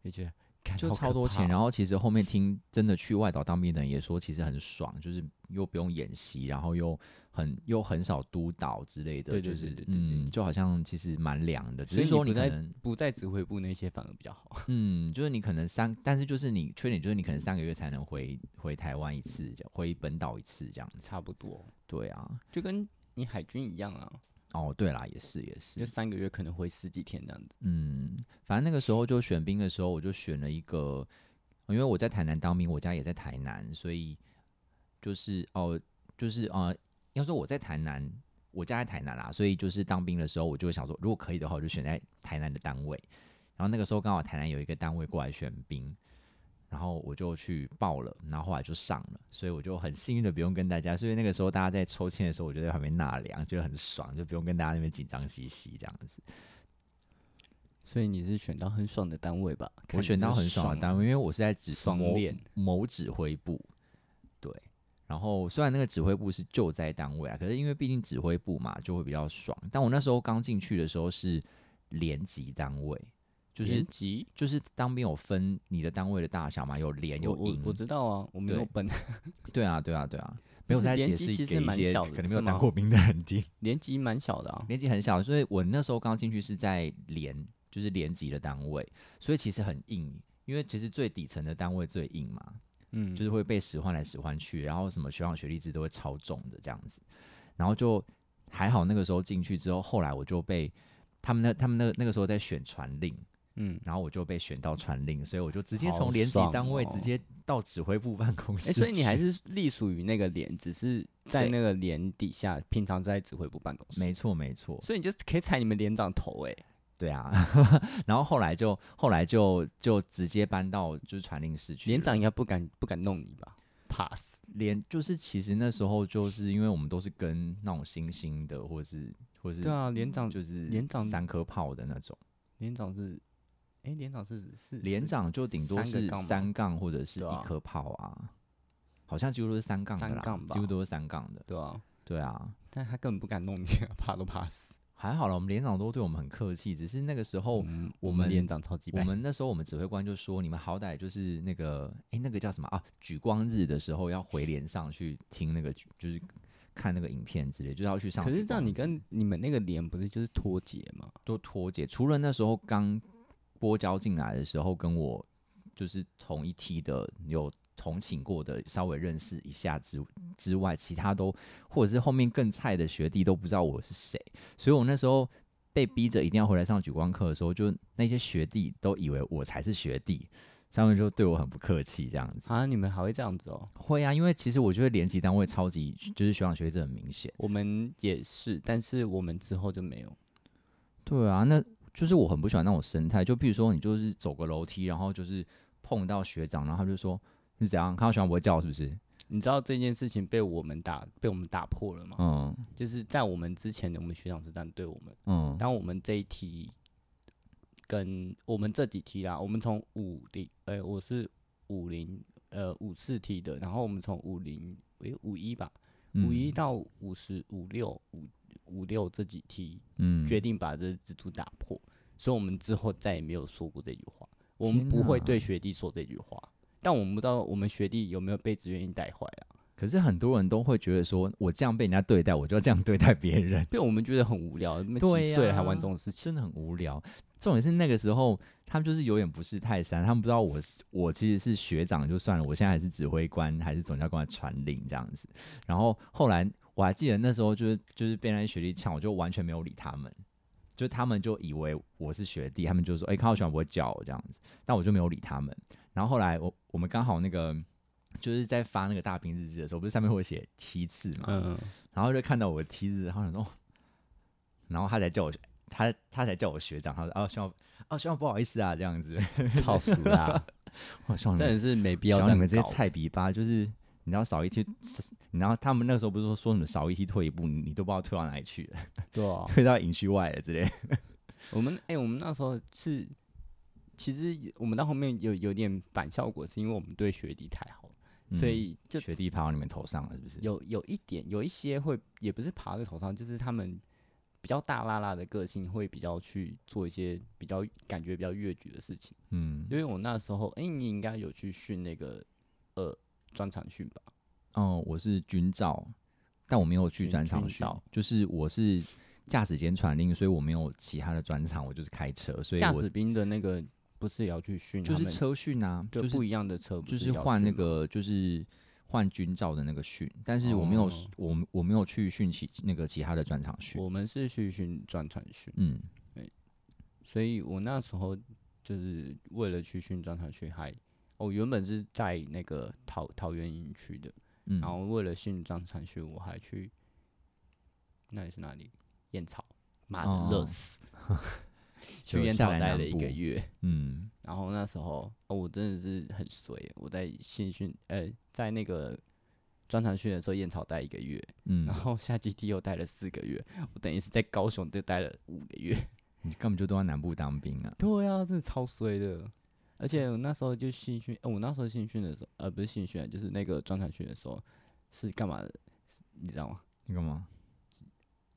Speaker 1: 也觉得干
Speaker 2: 嗯就
Speaker 1: 好
Speaker 2: 超
Speaker 1: 可
Speaker 2: 多钱。啊
Speaker 1: 怕哦
Speaker 2: 然后其实后面听真的去外岛当兵的人也说，其实很爽，就是又不用演习，然后又很又很少督导之类的，
Speaker 1: 对对
Speaker 2: 就是
Speaker 1: 对对对对
Speaker 2: 嗯，就好像其实蛮凉的，只
Speaker 1: 所以
Speaker 2: 是
Speaker 1: 你
Speaker 2: 说
Speaker 1: 不
Speaker 2: 你可
Speaker 1: 在
Speaker 2: 能
Speaker 1: 不在指挥部那些反而比较好。
Speaker 2: 嗯，就是你可能三，但是就是你缺点就是你可能三个月才能回回台湾一次，这样回本岛一次这样子。
Speaker 1: 差不多，
Speaker 2: 对啊，
Speaker 1: 就跟你海军一样啊，
Speaker 2: 哦，对啦，也是也是
Speaker 1: 就，三个月可能回十几天这样子。
Speaker 2: 嗯，反正那个时候就选兵的时候，我就选了一个，因为我在台南当兵，我家也在台南，所以就是哦，就是呃，要说我在台南，我家在台南啦，所以就是当兵的时候，我就会想说，如果可以的话，我就选在台南的单位。然后那个时候刚好台南有一个单位过来选兵，然后我就去报了，然后后来就上了，所以我就很幸运的不用跟大家，所以那个时候大家在抽签的时候，我就在旁边纳凉，觉得很爽，就不用跟大家那边紧张兮兮这样子。
Speaker 1: 所以你是选到很爽的单位吧？看
Speaker 2: 我
Speaker 1: 你
Speaker 2: 选
Speaker 1: 这
Speaker 2: 到
Speaker 1: 个
Speaker 2: 很爽的单
Speaker 1: 啊
Speaker 2: 位，因为我是在指
Speaker 1: 爽
Speaker 2: 某
Speaker 1: 练
Speaker 2: 某指挥部，对。然后虽然那个指挥部是救灾单位啊，可是因为毕竟指挥部嘛，就会比较爽。但我那时候刚进去的时候是连级单位，就是
Speaker 1: 连级。
Speaker 2: 就是当兵有分你的单位的大小嘛，有连
Speaker 1: 我
Speaker 2: 有
Speaker 1: 我
Speaker 2: 营
Speaker 1: 我，知道啊，我没
Speaker 2: 对
Speaker 1: 有本
Speaker 2: 对啊对啊对啊，
Speaker 1: 不
Speaker 2: 没有
Speaker 1: 是
Speaker 2: 在
Speaker 1: 连
Speaker 2: 解
Speaker 1: 级
Speaker 2: 释
Speaker 1: 其实
Speaker 2: 给一
Speaker 1: 蛮
Speaker 2: 些
Speaker 1: 小的
Speaker 2: 可能
Speaker 1: 是
Speaker 2: 没有当
Speaker 1: 吗
Speaker 2: 过兵的人听。
Speaker 1: 连级蛮小的啊。
Speaker 2: 年纪很小，所以我那时候刚进去是在连，就是连级的单位，所以其实很硬，因为其实最底层的单位最硬嘛，
Speaker 1: 嗯，
Speaker 2: 就是会被使唤来使唤去，然后什么学长学历制都会超重的这样子，然后就还好那个时候进去之后，后来我就被他们那他们那那个时候在选传令，
Speaker 1: 嗯，
Speaker 2: 然后我就被选到传令，所以我就直接
Speaker 1: 好
Speaker 2: 从连级
Speaker 1: 爽
Speaker 2: 单位
Speaker 1: 哦
Speaker 2: 直接到指挥部办公室
Speaker 1: 哎、
Speaker 2: 去、
Speaker 1: 所以你还是隶属于那个连，只是在
Speaker 2: 对
Speaker 1: 那个连底下，平常在指挥部办公室。
Speaker 2: 没错没错，
Speaker 1: 所以你就可以踩你们连长头哎、
Speaker 2: 对啊， 然后后来就后来就就直接搬到就是传令室去了。
Speaker 1: 连长应该不敢不敢弄你吧？怕死。
Speaker 2: 连就是其实那时候就是因为我们都是跟那种新兴的或者是或者是
Speaker 1: 对啊，连长
Speaker 2: 就是
Speaker 1: 连长
Speaker 2: 三颗炮的那种，
Speaker 1: 连长是，哎、连长是是
Speaker 2: 连
Speaker 1: 是
Speaker 2: 长就顶多
Speaker 1: 三个
Speaker 2: 是
Speaker 1: 杠吗
Speaker 2: 三杠或者是
Speaker 1: 对啊
Speaker 2: 一颗炮啊，好像几乎都是三杠的
Speaker 1: 三
Speaker 2: 啦，
Speaker 1: 杠吧
Speaker 2: 几乎都是三杠的，
Speaker 1: 对啊，
Speaker 2: 对啊。
Speaker 1: 但他根本不敢弄你，啊怕都怕死。
Speaker 2: 还好了，我们连长都对我们很客气，只是那个时候
Speaker 1: 嗯
Speaker 2: 我
Speaker 1: 我
Speaker 2: 们
Speaker 1: 连长超级
Speaker 2: 我
Speaker 1: 白，
Speaker 2: 们那时候我们指挥官就说，你们好歹就是那个，哎、那个叫什么啊？举光日的时候要回连上去听那个，就是看那个影片之类，就是要去上
Speaker 1: 可
Speaker 2: 举光日。
Speaker 1: 是这样你跟你们那个连不是就是脱节吗？
Speaker 2: 都脱节，除了那时候刚拨交进来的时候，跟我就是同一梯的有同寝过的，稍微认识一下之之外，其他都或者是后面更菜的学弟都不知道我是谁，所以我那时候。被逼着一定要回来上举光课的时候，就那些学弟都以为我才是学弟，上面就对我很不客气这样子。
Speaker 1: 啊，你们还会这样子哦？
Speaker 2: 会啊，因为其实我觉得连级单位超级就是学长学姐很明显。
Speaker 1: 我们也是，但是我们之后就没有。
Speaker 2: 对啊，那就是我很不喜欢那种生态。就比如说，你就是走个楼梯，然后就是碰到学长，然后他就说你怎样？看到学长不会叫是不是？
Speaker 1: 你知道这件事情被我们打被我们打破了吗？
Speaker 2: 嗯
Speaker 1: 就是在我们之前，我们学长是这样对我们。
Speaker 2: 嗯
Speaker 1: 当我们这一题跟我们这几题啦，我们从五零，哎，我是五零，呃，五四题的，然后我们从五零，哎，五一吧，
Speaker 2: 嗯
Speaker 1: 五一到五十五六五五六这几题，
Speaker 2: 嗯
Speaker 1: 决定把这制度打破，所以我们之后再也没有说过这句话，我们
Speaker 2: 天
Speaker 1: 不会
Speaker 2: 哪
Speaker 1: 对学弟说这句话，但我们不知道我们学弟有没有被志愿意带坏啊，
Speaker 2: 可是很多人都会觉得说，我这样被人家对待，我就要这样对待别人，
Speaker 1: 被我们觉得很无聊，那么
Speaker 2: 对
Speaker 1: 几岁了还
Speaker 2: 呀
Speaker 1: 玩这种事情，
Speaker 2: 真的很无聊。重点是那个时候，他们就是有点不识泰山，他们不知道我是我其实是学长就算了，我现在还是指挥官还是总教官的传令这样子。然后后来我还记得那时候就是就是被那些学弟呛，我就完全没有理他们，就他们就以为我是学弟，他们就说：“哎、康浩轩不会叫我这样子。”但我就没有理他们。然后后来我我们刚好那个就是在发那个大兵日志的时候，不是上面会写梯次嘛，
Speaker 1: 嗯，
Speaker 2: 然后就看到我的梯子，然后想说，哦然后他才叫我，他他才叫我学长，他说哦，学长，哦，学长不好意思啊，这样 子，
Speaker 1: 超俗 啦，
Speaker 2: 我说
Speaker 1: 真的是没必要
Speaker 2: 然
Speaker 1: 这
Speaker 2: 后
Speaker 1: 样
Speaker 2: 嗯你们这些
Speaker 1: 搞
Speaker 2: 菜逼吧，就是你知道少一梯，你知道他们那时候不是说说什么少一梯退一步，你你都不知道退到哪里去了，
Speaker 1: 对啊，
Speaker 2: 退到营区外了之类的，
Speaker 1: 我们哎、我们那时候是，其实我们到后面有有点反效果，是因为我们对学弟太好了，所
Speaker 2: 嗯
Speaker 1: 以就
Speaker 2: 学弟爬到你们头上了，是不是？
Speaker 1: 有有一点有一些会也不是爬在头上，就是他们比较大拉拉的个性会比较去做一些比较感觉比较越矩的事情。
Speaker 2: 嗯，
Speaker 1: 因为我那时候哎、你应该有去训那个呃专场训吧？
Speaker 2: 哦，我是军照，但我没有去
Speaker 1: 军
Speaker 2: 专场
Speaker 1: 军
Speaker 2: 训
Speaker 1: 照，
Speaker 2: 就是我是驾驶间传令，所以我没有其他的专场，我就是开车，所以
Speaker 1: 驾
Speaker 2: 我
Speaker 1: 驶兵的那个不是也要去训他
Speaker 2: 就
Speaker 1: 们？
Speaker 2: 是车训啊，
Speaker 1: 就
Speaker 2: 就是
Speaker 1: 不一样的车不
Speaker 2: 就是
Speaker 1: 也要
Speaker 2: 换那
Speaker 1: 训吗
Speaker 2: 个就是换军照的那个训，但是我没有、
Speaker 1: 哦
Speaker 2: 我们我没有去训其那个其他的专场训。
Speaker 1: 我们是去训专场训。
Speaker 2: 嗯，
Speaker 1: 所以我那时候就是为了去训专场去嗨，我、原本是在那个桃桃园营区的，
Speaker 2: 嗯
Speaker 1: 然后为了训专场去，我还去那里是哪里？燕草，妈的，热
Speaker 2: 哦
Speaker 1: 死！
Speaker 2: 就
Speaker 1: 去燕
Speaker 2: 下
Speaker 1: 草
Speaker 2: 来
Speaker 1: 待
Speaker 2: 南
Speaker 1: 了一个
Speaker 2: 部
Speaker 1: 月，
Speaker 2: 嗯
Speaker 1: 然后那时候、哦、我真的是很衰，我在新训呃，在那个专场训的时候，燕草待一个月，
Speaker 2: 嗯
Speaker 1: 然，后下基地又待了四个月，我等于是在高雄就待了五个月。
Speaker 2: 你根本就都在南部当兵 啊。
Speaker 1: 对啊，真的超衰的。而且我那时候就新训，呃我那时候新训的时候，呃，不是新训啊，就是那个专场训的时候是干嘛的？是你知道吗？
Speaker 2: 你干嘛？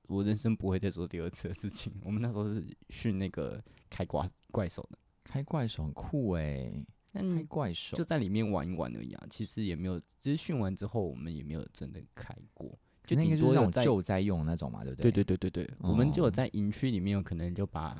Speaker 1: 我人生不会再做第二次的事情。我们那时候是训那个开挂怪手的，
Speaker 2: 开怪手很酷哎、
Speaker 1: 那
Speaker 2: 开
Speaker 1: 你
Speaker 2: 怪手
Speaker 1: 就在里面玩一玩而已啊。其实也没有，只是训完之后，我们也没有真的开过，就
Speaker 2: 那应该
Speaker 1: 顶
Speaker 2: 就
Speaker 1: 多
Speaker 2: 是那
Speaker 1: 有
Speaker 2: 种
Speaker 1: 在
Speaker 2: 救灾用的那种嘛，对不
Speaker 1: 对
Speaker 2: 对
Speaker 1: 对对对对，我们就有
Speaker 2: 哦
Speaker 1: 在营区里面，有可能就把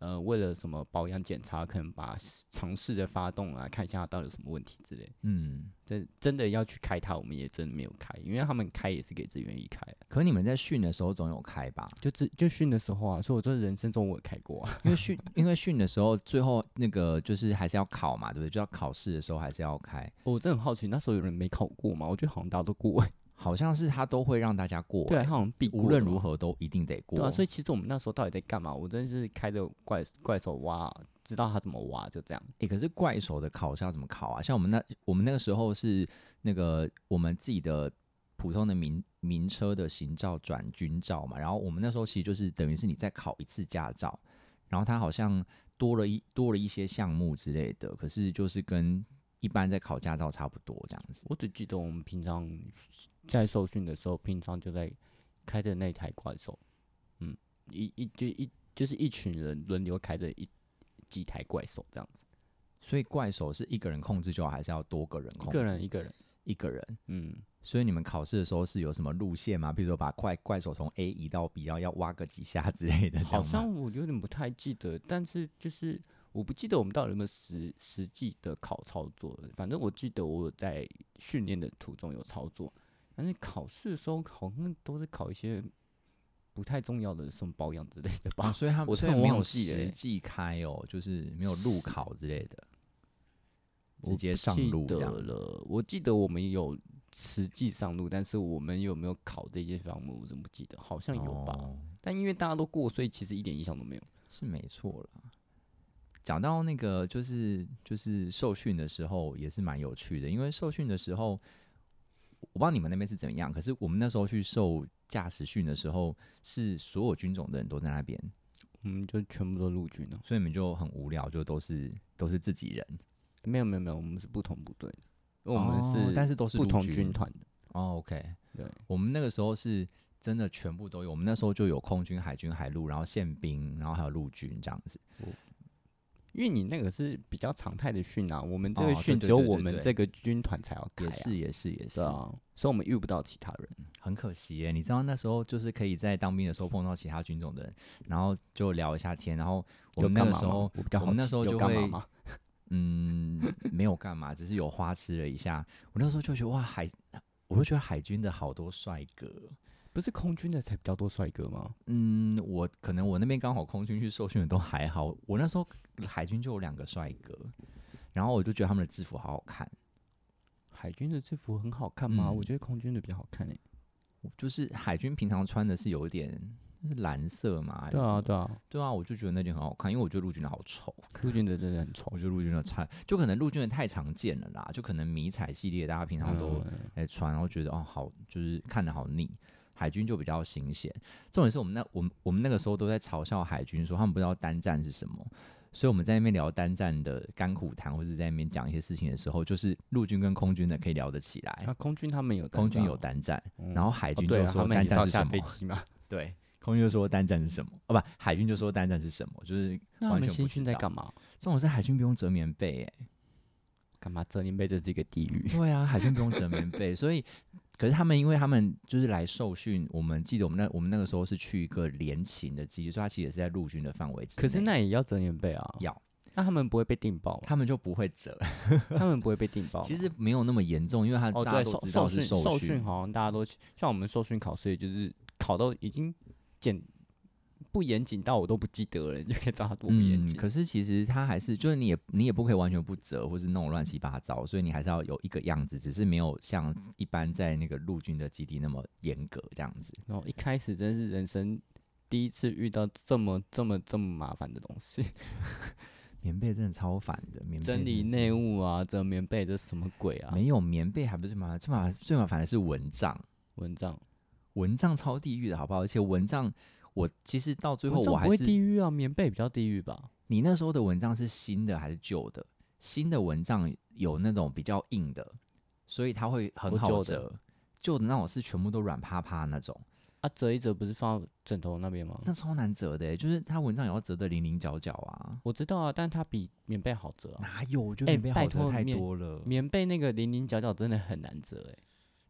Speaker 1: 呃为了什么保养检查，可能把尝试着发动啊，看一下到底有什么问题之类。
Speaker 2: 嗯。
Speaker 1: 真真的要去开它，我们也真的没有开，因为他们开也是给自愿意开啊的，
Speaker 2: 可你们在训的时候总有开吧？
Speaker 1: 就自就训的时候啊，所以我这人生中我也开过啊，
Speaker 2: 因为训，因为训的时候最后那个就是还是要考嘛，对不对？就要考试的时候还是要开，
Speaker 1: 我真的很好奇，那时候有人没考过嘛？我觉得好像大家都过、欸，
Speaker 2: 好像是他都会让大家过、
Speaker 1: 对啊，他好像必过
Speaker 2: 无论
Speaker 1: 的
Speaker 2: 如
Speaker 1: 嘛，
Speaker 2: 何都一定得过。
Speaker 1: 对啊，所以其实我们那时候到底在干嘛？我真的是开着怪怪手挖，知道它怎么挖，就这样。
Speaker 2: 诶，可是怪手的考是要怎么考啊？像我们那我们那个时候是那个我们自己的普通的民民车的行照转军照嘛，然后我们那时候其实就是等于是你再考一次驾照，然后它好像多了一多了一些项目之类的，可是就是跟一般在考驾照差不多这样子。
Speaker 1: 我只记得我们平常在受训的时候，平常就在开着那台怪手，嗯，一一就一就是一群人轮流开着一几台怪手这样子，
Speaker 2: 所以怪手是一个人控制就好，还是要多个人控
Speaker 1: 一
Speaker 2: 制？
Speaker 1: 个人一个人，
Speaker 2: 一个人。
Speaker 1: 嗯。
Speaker 2: 所以你们考试的时候是有什么路线吗？比如说把怪怪手从 A 移到 B，然后要挖个几下之类的这样吗，
Speaker 1: 好像我有点不太记得，但是就是我不记得我们到底有没有实实际的考操作了。反正我记得我有在训练的途中有操作，但是考试的时候好像都是考一些不太重要的什么保养之类的
Speaker 2: 哦，
Speaker 1: 吧。
Speaker 2: 所以他
Speaker 1: 我
Speaker 2: 们
Speaker 1: 突
Speaker 2: 所以
Speaker 1: 然
Speaker 2: 没
Speaker 1: 忘
Speaker 2: 有
Speaker 1: 记了
Speaker 2: 实
Speaker 1: 欸
Speaker 2: 际开哦，就是没有路考之类的。
Speaker 1: 我
Speaker 2: 直接上路
Speaker 1: 不记得
Speaker 2: 这样
Speaker 1: 了。我记得我们有实际上路，但是我们有没有考这些项目，我怎么不记得？好像有吧。
Speaker 2: 哦
Speaker 1: 但因为大家都过，所以其实一点印象都没有。
Speaker 2: 是没错啦。讲到那个就是就是受训的时候也是蛮有趣的，因为受训的时候，我不知道你们那边是怎么样，可是我们那时候去受驾驶训的时候，是所有军种的人都在那边，
Speaker 1: 我们就全部都陆军了。
Speaker 2: 所以你们就很无聊，就都是都是自己人。
Speaker 1: 没有没有没有，我们是不同部队的，因为我们
Speaker 2: 哦
Speaker 1: 是、
Speaker 2: 但是都是
Speaker 1: 不
Speaker 2: 陆
Speaker 1: 同
Speaker 2: 军
Speaker 1: 军团的。
Speaker 2: 哦，OK，
Speaker 1: 对，
Speaker 2: 我们那个时候是真的全部都有，我们那时候就有空军、海军、海陆，然后宪兵，然后还有陆军这样子。
Speaker 1: 因为你那个是比较常态的训啊，我们这个
Speaker 2: 哦对
Speaker 1: 训
Speaker 2: 对
Speaker 1: 只有
Speaker 2: 对对
Speaker 1: 我们
Speaker 2: 对
Speaker 1: 这个军团才要开、
Speaker 2: 也
Speaker 1: 啊，
Speaker 2: 是也是也是
Speaker 1: 对，啊，所以我们遇不到其他人。
Speaker 2: 很可惜耶。你知道那时候就是可以在当兵的时候碰到其他军种的人，然后就聊一下天，然后我
Speaker 1: 有
Speaker 2: 们那
Speaker 1: 干
Speaker 2: 个
Speaker 1: 嘛
Speaker 2: 时
Speaker 1: 吗
Speaker 2: 候
Speaker 1: 我比较好
Speaker 2: 我们那
Speaker 1: 奇
Speaker 2: 时候
Speaker 1: 有
Speaker 2: 就
Speaker 1: 干嘛
Speaker 2: 会
Speaker 1: 吗？
Speaker 2: 嗯 没有干嘛，只是有花痴了一下。我那时候就觉得哇海，我就觉得海军的好多帅哥。
Speaker 1: 不是空军的才比较多帅哥吗？
Speaker 2: 嗯，我可能我那边刚好空军去受训的都还好，我那时候海军就有两个帅哥，然后我就觉得他们的制服好好看，
Speaker 1: 海军的制服很好看吗？我
Speaker 2: 嗯
Speaker 1: 觉得空军的比较好看诶、欸
Speaker 2: 就是海军平常穿的是有一点是蓝色嘛，还是
Speaker 1: 对
Speaker 2: 什
Speaker 1: 啊，
Speaker 2: 么
Speaker 1: 对啊，
Speaker 2: 对啊，我就觉得那件很好看，因为我觉得陆军的好丑，
Speaker 1: 陆军的真的很丑，
Speaker 2: 我觉得陆军的太就可能陆军的太常见了啦，就可能迷彩系列大家平常都
Speaker 1: 嗯
Speaker 2: 哎、穿，然后觉得哦好，就是看的好腻。海军就比较新鲜，重点是我们那我们我们那个时候都在嘲笑海军说他们不知道单战是什么，所以我们在那边聊单战的甘苦谈，或是在那边讲一些事情的时候，就是陆军跟空军的可以聊得起来
Speaker 1: 啊，，空军他们有
Speaker 2: 哎空
Speaker 1: 单
Speaker 2: 军
Speaker 1: 战
Speaker 2: 有
Speaker 1: 哦，
Speaker 2: 单战，
Speaker 1: 嗯
Speaker 2: 然后海
Speaker 1: 哦
Speaker 2: 军
Speaker 1: 对
Speaker 2: 就
Speaker 1: 啊，他
Speaker 2: 说
Speaker 1: 们
Speaker 2: 单
Speaker 1: 也是
Speaker 2: 战
Speaker 1: 要
Speaker 2: 是什
Speaker 1: 下
Speaker 2: 么
Speaker 1: 飞，机嘛？
Speaker 2: 对，空军就说单战是什么，哦不，海军就说单战是什么，就是
Speaker 1: 那我
Speaker 2: 完
Speaker 1: 们
Speaker 2: 全不
Speaker 1: 新
Speaker 2: 知
Speaker 1: 训在
Speaker 2: 道
Speaker 1: 干嘛？
Speaker 2: 这种是海军不用折棉被哎、
Speaker 1: 干嘛？这林被这是一个地狱。
Speaker 2: 对啊，海军不用折棉被，所以可是他们因为他们就是来受训，我们记得我们那我们那个时候是去一个联勤的基地，所以他其实也是在陆军的范围之内。
Speaker 1: 可是那也要整棉被啊，
Speaker 2: 要
Speaker 1: 那他们不会被定爆 吗，
Speaker 2: 他们就不会折，
Speaker 1: 他们不会被定爆吗。
Speaker 2: 其实没有那么严重，因为他
Speaker 1: 哦，
Speaker 2: 大家
Speaker 1: 对，
Speaker 2: 都
Speaker 1: 受
Speaker 2: 知
Speaker 1: 受
Speaker 2: 道是
Speaker 1: 训受
Speaker 2: 训
Speaker 1: 训，好像大家都像我们受训考试，也就是考到已经简不严谨到我都不记得了，你就可以知道他多不严
Speaker 2: 嗯，
Speaker 1: 谨。
Speaker 2: 可是其实他还是就是你也你也不可以完全不折，或是弄乱七八糟，所以你还是要有一个样子，只是没有像一般在那个陆军的基地那么严格这样子。
Speaker 1: 然后哦一开始真是人生第一次遇到这么这么这么麻烦的东西，
Speaker 2: 棉被真的超烦的，棉被
Speaker 1: 整
Speaker 2: 真的
Speaker 1: 理
Speaker 2: 是
Speaker 1: 内务啊，整棉被这什么鬼啊？
Speaker 2: 没有棉被还不是麻烦，最麻烦最麻烦的是蚊帐，
Speaker 1: 蚊帐，
Speaker 2: 蚊帐超地狱的好不好？而且蚊帐，我其实到最后
Speaker 1: 蚊帐
Speaker 2: 我
Speaker 1: 不
Speaker 2: 还
Speaker 1: 会
Speaker 2: 是
Speaker 1: 地狱啊，棉被比较地狱吧？
Speaker 2: 你那时候的蚊帐是新的还是旧的？新的蚊帐有那种比较硬的，所以它会很
Speaker 1: 我
Speaker 2: 好
Speaker 1: 旧的
Speaker 2: 折。旧的那种是全部都软趴趴那种，
Speaker 1: 啊，折一折不是放到枕头那边吗？
Speaker 2: 那超难折的欸、就是它蚊帐也要折的零零角角啊。
Speaker 1: 我知道啊，但它比棉被好折啊。
Speaker 2: 哪有？我觉得
Speaker 1: 哎
Speaker 2: 棉被好
Speaker 1: 拜
Speaker 2: 折
Speaker 1: 托
Speaker 2: 太
Speaker 1: 棉
Speaker 2: 多了。
Speaker 1: 棉被那个零零角角真的很难折哎、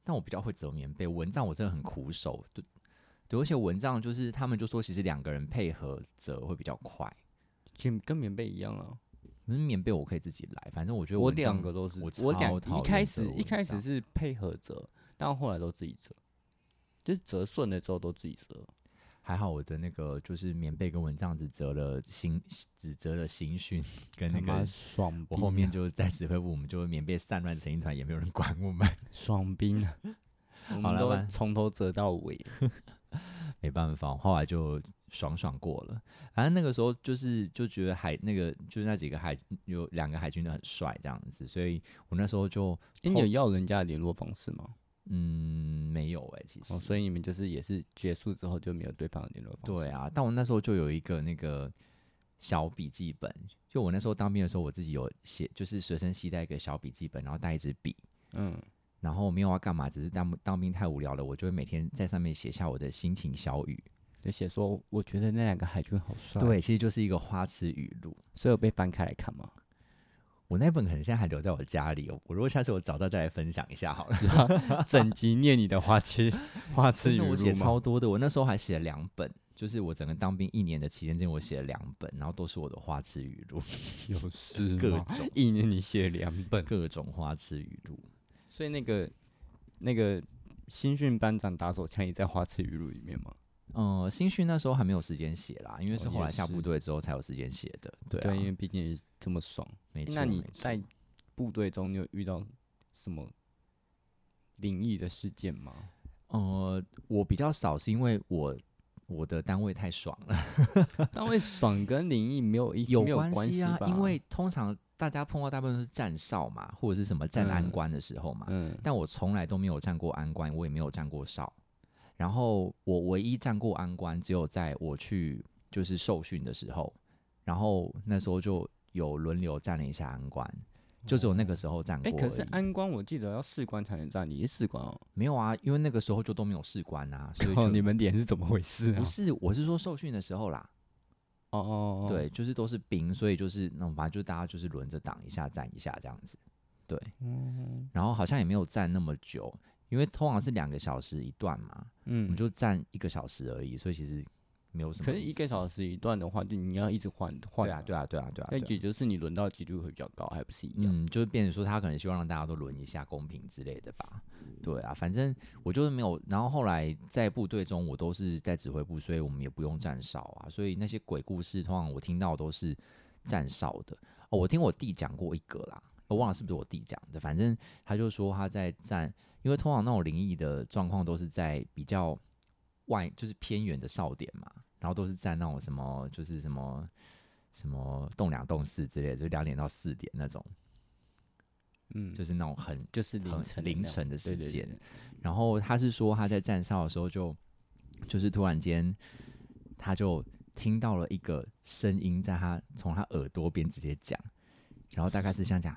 Speaker 2: 但我比较会折棉被，蚊帐我真的很苦手。对，对，而且蚊帐就是他们就说，其实两个人配合折会比较快。
Speaker 1: 就跟棉被一样啊。
Speaker 2: 可是棉被我可以自己来，反正我觉得
Speaker 1: 我
Speaker 2: 蚊帐
Speaker 1: 两个都是
Speaker 2: 我，
Speaker 1: 我两
Speaker 2: 超讨
Speaker 1: 一
Speaker 2: 厌
Speaker 1: 开
Speaker 2: 折
Speaker 1: 始一
Speaker 2: 蚊
Speaker 1: 开始
Speaker 2: 帐
Speaker 1: 是配合折，但后来都自己折，就是折顺了之后都自己折。
Speaker 2: 还好，我的那个就是棉被跟蚊帐只折了新，只折了新训跟那
Speaker 1: 他妈
Speaker 2: 个。
Speaker 1: 爽兵啊，
Speaker 2: 我后面就在指挥部，我们就棉被散乱成一团，也没有人管我们，
Speaker 1: 爽兵 啊，我
Speaker 2: 好
Speaker 1: 们
Speaker 2: 了
Speaker 1: 都
Speaker 2: 完
Speaker 1: 从头折到尾。
Speaker 2: 没办法。后来就爽爽过了。反正那个时候就是就觉得海那个就是那几个海有两个海军的很帅这样子，所以我那时候就
Speaker 1: 诶你
Speaker 2: 后
Speaker 1: 有要人家的联络方式吗？
Speaker 2: 嗯没有哎、其实、
Speaker 1: 哦，所以你们就是哦也是结束之后就没有对方的联络方式。
Speaker 2: 对，啊，但我那时候就有一个那个小笔记本，就我那时候当兵的时候，我自己有写，就是随身携带一个小笔记本，然后带一支笔，
Speaker 1: 嗯，
Speaker 2: 然后没有要干嘛，只是当当兵太无聊了，我就会每天在上面写下我的心情小语。
Speaker 1: 就写说我觉得那两个海军好帅，，
Speaker 2: 对，其实就是一个花痴语录。
Speaker 1: 所以我被翻开来看嘛。
Speaker 2: 我那本可能现在还留在我家里，哦我如果下次我找到再来分享一下好了。
Speaker 1: 整集念你的花 痴花痴
Speaker 2: 真
Speaker 1: 语
Speaker 2: 的，我
Speaker 1: 录
Speaker 2: 写
Speaker 1: 吗？
Speaker 2: 超多的，我那时候还写了两本，就是我整个当兵一年的期间间，我写了两本，然后都是我的花痴语录，
Speaker 1: 有 事
Speaker 2: 各
Speaker 1: 吗？
Speaker 2: 种
Speaker 1: 一年你写两本。
Speaker 2: 各种花痴语录。
Speaker 1: 所以那个那个新训班长打手枪也在花痴语录里面吗？
Speaker 2: 呃，新训那时候还没有时间写啦，因为
Speaker 1: 哦
Speaker 2: 是后
Speaker 1: 也
Speaker 2: 来下
Speaker 1: 是
Speaker 2: 部队之后才有时间写的。对啊，
Speaker 1: 因为毕竟也是这么爽。
Speaker 2: 没错。
Speaker 1: 那你
Speaker 2: 没错
Speaker 1: 在部队中，你有遇到什么灵异的事件吗？
Speaker 2: 呃，我比较少是因为我我的单位太爽了，
Speaker 1: 但为爽跟灵异没有一
Speaker 2: 有
Speaker 1: 没有关
Speaker 2: 系啊
Speaker 1: 吧？，
Speaker 2: 因为通常大家碰到大部分都是站哨嘛，或者是什么站安
Speaker 1: 嗯
Speaker 2: 官的时候嘛，
Speaker 1: 嗯
Speaker 2: 但我从来都没有站过安官，我也没有站过哨。然后我唯一站过安官，只有在我去就是受训的时候，然后那时候就有轮流站了一下安官，就只有那个时候站
Speaker 1: 哎、
Speaker 2: 过而已。
Speaker 1: 可是安官我记得要士官才能站，你是士官哦。
Speaker 2: 没有啊，因为那个时候就都没有士官啊，所以
Speaker 1: 靠，
Speaker 2: 就
Speaker 1: 哦你们脸是怎么回事啊
Speaker 2: 不？是，我是说受训的时候啦，
Speaker 1: 哦哦，哦，
Speaker 2: 对，就是都是兵，所以就是那反正就大家就是轮着挡一下站一下这样子，对，然后好像也没有站那么久，因为通常是两个小时一段嘛，我
Speaker 1: 嗯，
Speaker 2: 们就站一个小时而已，所以其实没有什么。
Speaker 1: 可是一个小时一段的话，就你要一直换换
Speaker 2: 对啊，对啊，对啊，对啊。
Speaker 1: 那
Speaker 2: 对啊
Speaker 1: 也就是你轮到几率会比较高，还不是一样？
Speaker 2: 嗯，就是变成说他可能希望让大家都轮一下公平之类的吧。对啊，反正我就是没有。然后后来在部队中，我都是在指挥部，所以我们也不用站哨啊。所以那些鬼故事，通常我听到都是站哨的。哦，我听我弟讲过一个啦，我忘了是不是我弟讲的。反正他就说他在站，因为通常那种灵异的状况都是在比较外，就是偏远的哨点嘛，然后都是站那种什么，就是什么。什么栋两栋四之类的，就两点到四点那种，
Speaker 1: 嗯，
Speaker 2: 就是那种很
Speaker 1: 就是凌
Speaker 2: 很
Speaker 1: 晨
Speaker 2: 凌
Speaker 1: 那样
Speaker 2: 晨的时
Speaker 1: 对对
Speaker 2: 间
Speaker 1: 对
Speaker 2: 然后他是说他在站哨的时候就就是突然间他就听到了一个声音在他从他耳朵边直接讲，然后大概是 想讲，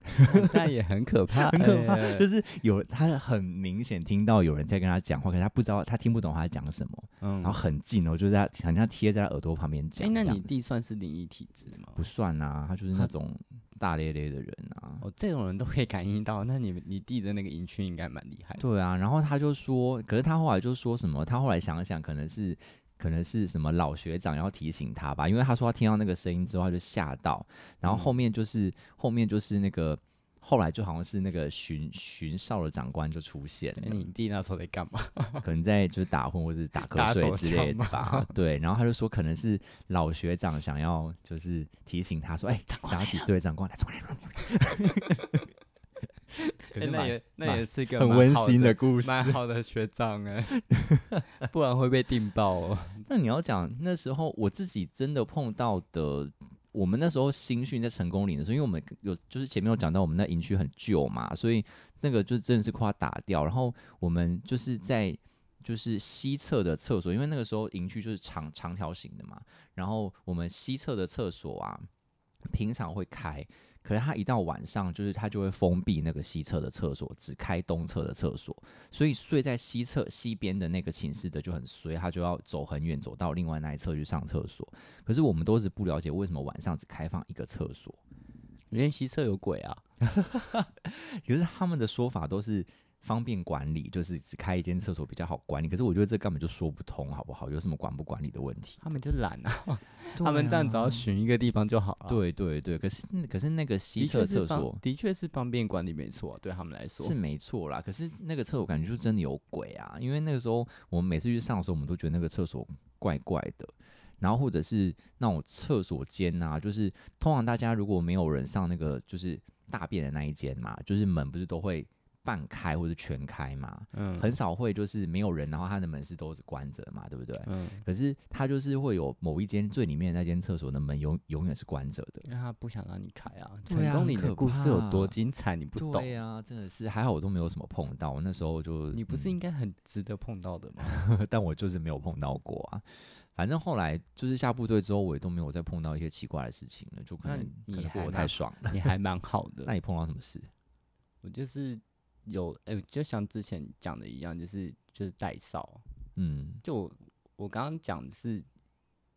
Speaker 1: 对 这样也很可怕，
Speaker 2: 很可怕，
Speaker 1: 哎
Speaker 2: 就是有他很明显听到有人在跟他讲话，可是他不知道他听不懂他在讲什么，
Speaker 1: 嗯
Speaker 2: 然后很近哦，就是在好像贴在他耳朵旁边
Speaker 1: 哎、
Speaker 2: 讲。
Speaker 1: 那
Speaker 2: 这
Speaker 1: 你
Speaker 2: 样子
Speaker 1: 弟算是灵异体质吗
Speaker 2: 不？算啊，他就是那
Speaker 1: 他
Speaker 2: 种大咧咧的人啊。
Speaker 1: 哦，这种人都可以感应到，那你们你弟的那个营区应该蛮厉害的。
Speaker 2: 对啊，然后他就说，可是他后来就说什么？他后来想一想，可能是可能是什么老学长要提醒他吧，因为他说他听到那个声音之后，他就吓到，然后后面就是、后面就是那个后来就好像是那个巡巡哨的长官就出现
Speaker 1: 哎你
Speaker 2: 了，
Speaker 1: 弟那时候在干 嘛？
Speaker 2: 可能在就是打混或者打
Speaker 1: 打
Speaker 2: 瞌睡
Speaker 1: 手
Speaker 2: 之类
Speaker 1: 枪
Speaker 2: 的
Speaker 1: 吗
Speaker 2: 吧。对，然后他就说可能是老学长想要就是提醒他说，哎、
Speaker 1: 长官
Speaker 2: 打起对长官来，长官来。可
Speaker 1: 哎
Speaker 2: 是
Speaker 1: 那
Speaker 2: 蛮
Speaker 1: 也哎那
Speaker 2: 蛮
Speaker 1: 也是个
Speaker 2: 很
Speaker 1: 蛮
Speaker 2: 温
Speaker 1: 好
Speaker 2: 馨的故事，
Speaker 1: 蛮好的学长 哎、不然会被定爆哦。
Speaker 2: 那你要讲那时候我自己真的碰到的，我们那时候新训在成功岭的时候，因为我们有就是前面有讲到我们那营区很旧嘛，所以那个就真的是快要打掉。然后我们就是在就是西侧的厕所，因为那个时候营区就是长长条形的嘛，然后我们西侧的厕所啊，平常会开。可是它一到晚上，就是它就会封闭那个西侧的厕所，只开东侧的厕所。所以睡在西侧西边的那个寝室的就很衰，他就要走很远，走到另外那一侧去上厕所。可是我们都是不了解为什么晚上只开放一个厕所，
Speaker 1: 因为西侧有鬼啊，
Speaker 2: 可是他们的说法都是方便管理，就是只开一间厕所比较好管理。可是我觉得这根本就说不通，好不好？有什么管不管理的问题？
Speaker 1: 他们就懒啊，他们这样只要寻一个地方就好了、，
Speaker 2: 对对对，可是可是那个西
Speaker 1: 的
Speaker 2: 侧
Speaker 1: 确
Speaker 2: 厕
Speaker 1: 是
Speaker 2: 所
Speaker 1: 方，的确是方便管理，没错啊、对他们来说
Speaker 2: 是没错啦，可是那个厕所感觉就真的有鬼啊！因为那个时候我们每次去上的时候，我们都觉得那个厕所怪怪的，然后或者是那种厕所间啊，就是通常大家如果没有人上那个就是大便的那一间嘛，就是门不是都会半开或者全开嘛，
Speaker 1: 嗯
Speaker 2: 很少会就是没有人，然后它的门是都是关着的嘛，对不对？
Speaker 1: 嗯，
Speaker 2: 可是它就是会有某一间最里面的那间厕所的门永永远是关着的。
Speaker 1: 因为他不想让你开啊。
Speaker 2: 对啊
Speaker 1: 成功岭
Speaker 2: 很可
Speaker 1: 的故事有多
Speaker 2: 怕
Speaker 1: 精彩，你不懂。
Speaker 2: 对啊，真的是还好我都没有什么碰到，我那时候就
Speaker 1: 你不
Speaker 2: 嗯
Speaker 1: 是应该很值得碰到的吗？
Speaker 2: 但我就是没有碰到过啊。反正后来就是下部队之后，我也都没有再碰到一些奇怪的事情了，就可
Speaker 1: 那
Speaker 2: 能
Speaker 1: 你
Speaker 2: 可能
Speaker 1: 还
Speaker 2: 过得
Speaker 1: 蛮
Speaker 2: 太爽了。
Speaker 1: 你还蛮好
Speaker 2: 那
Speaker 1: 的。
Speaker 2: 你碰到什么事？
Speaker 1: 我就是有，哎、就像之前讲的一样，就是就是带哨。
Speaker 2: 嗯
Speaker 1: 就我我刚刚讲的是，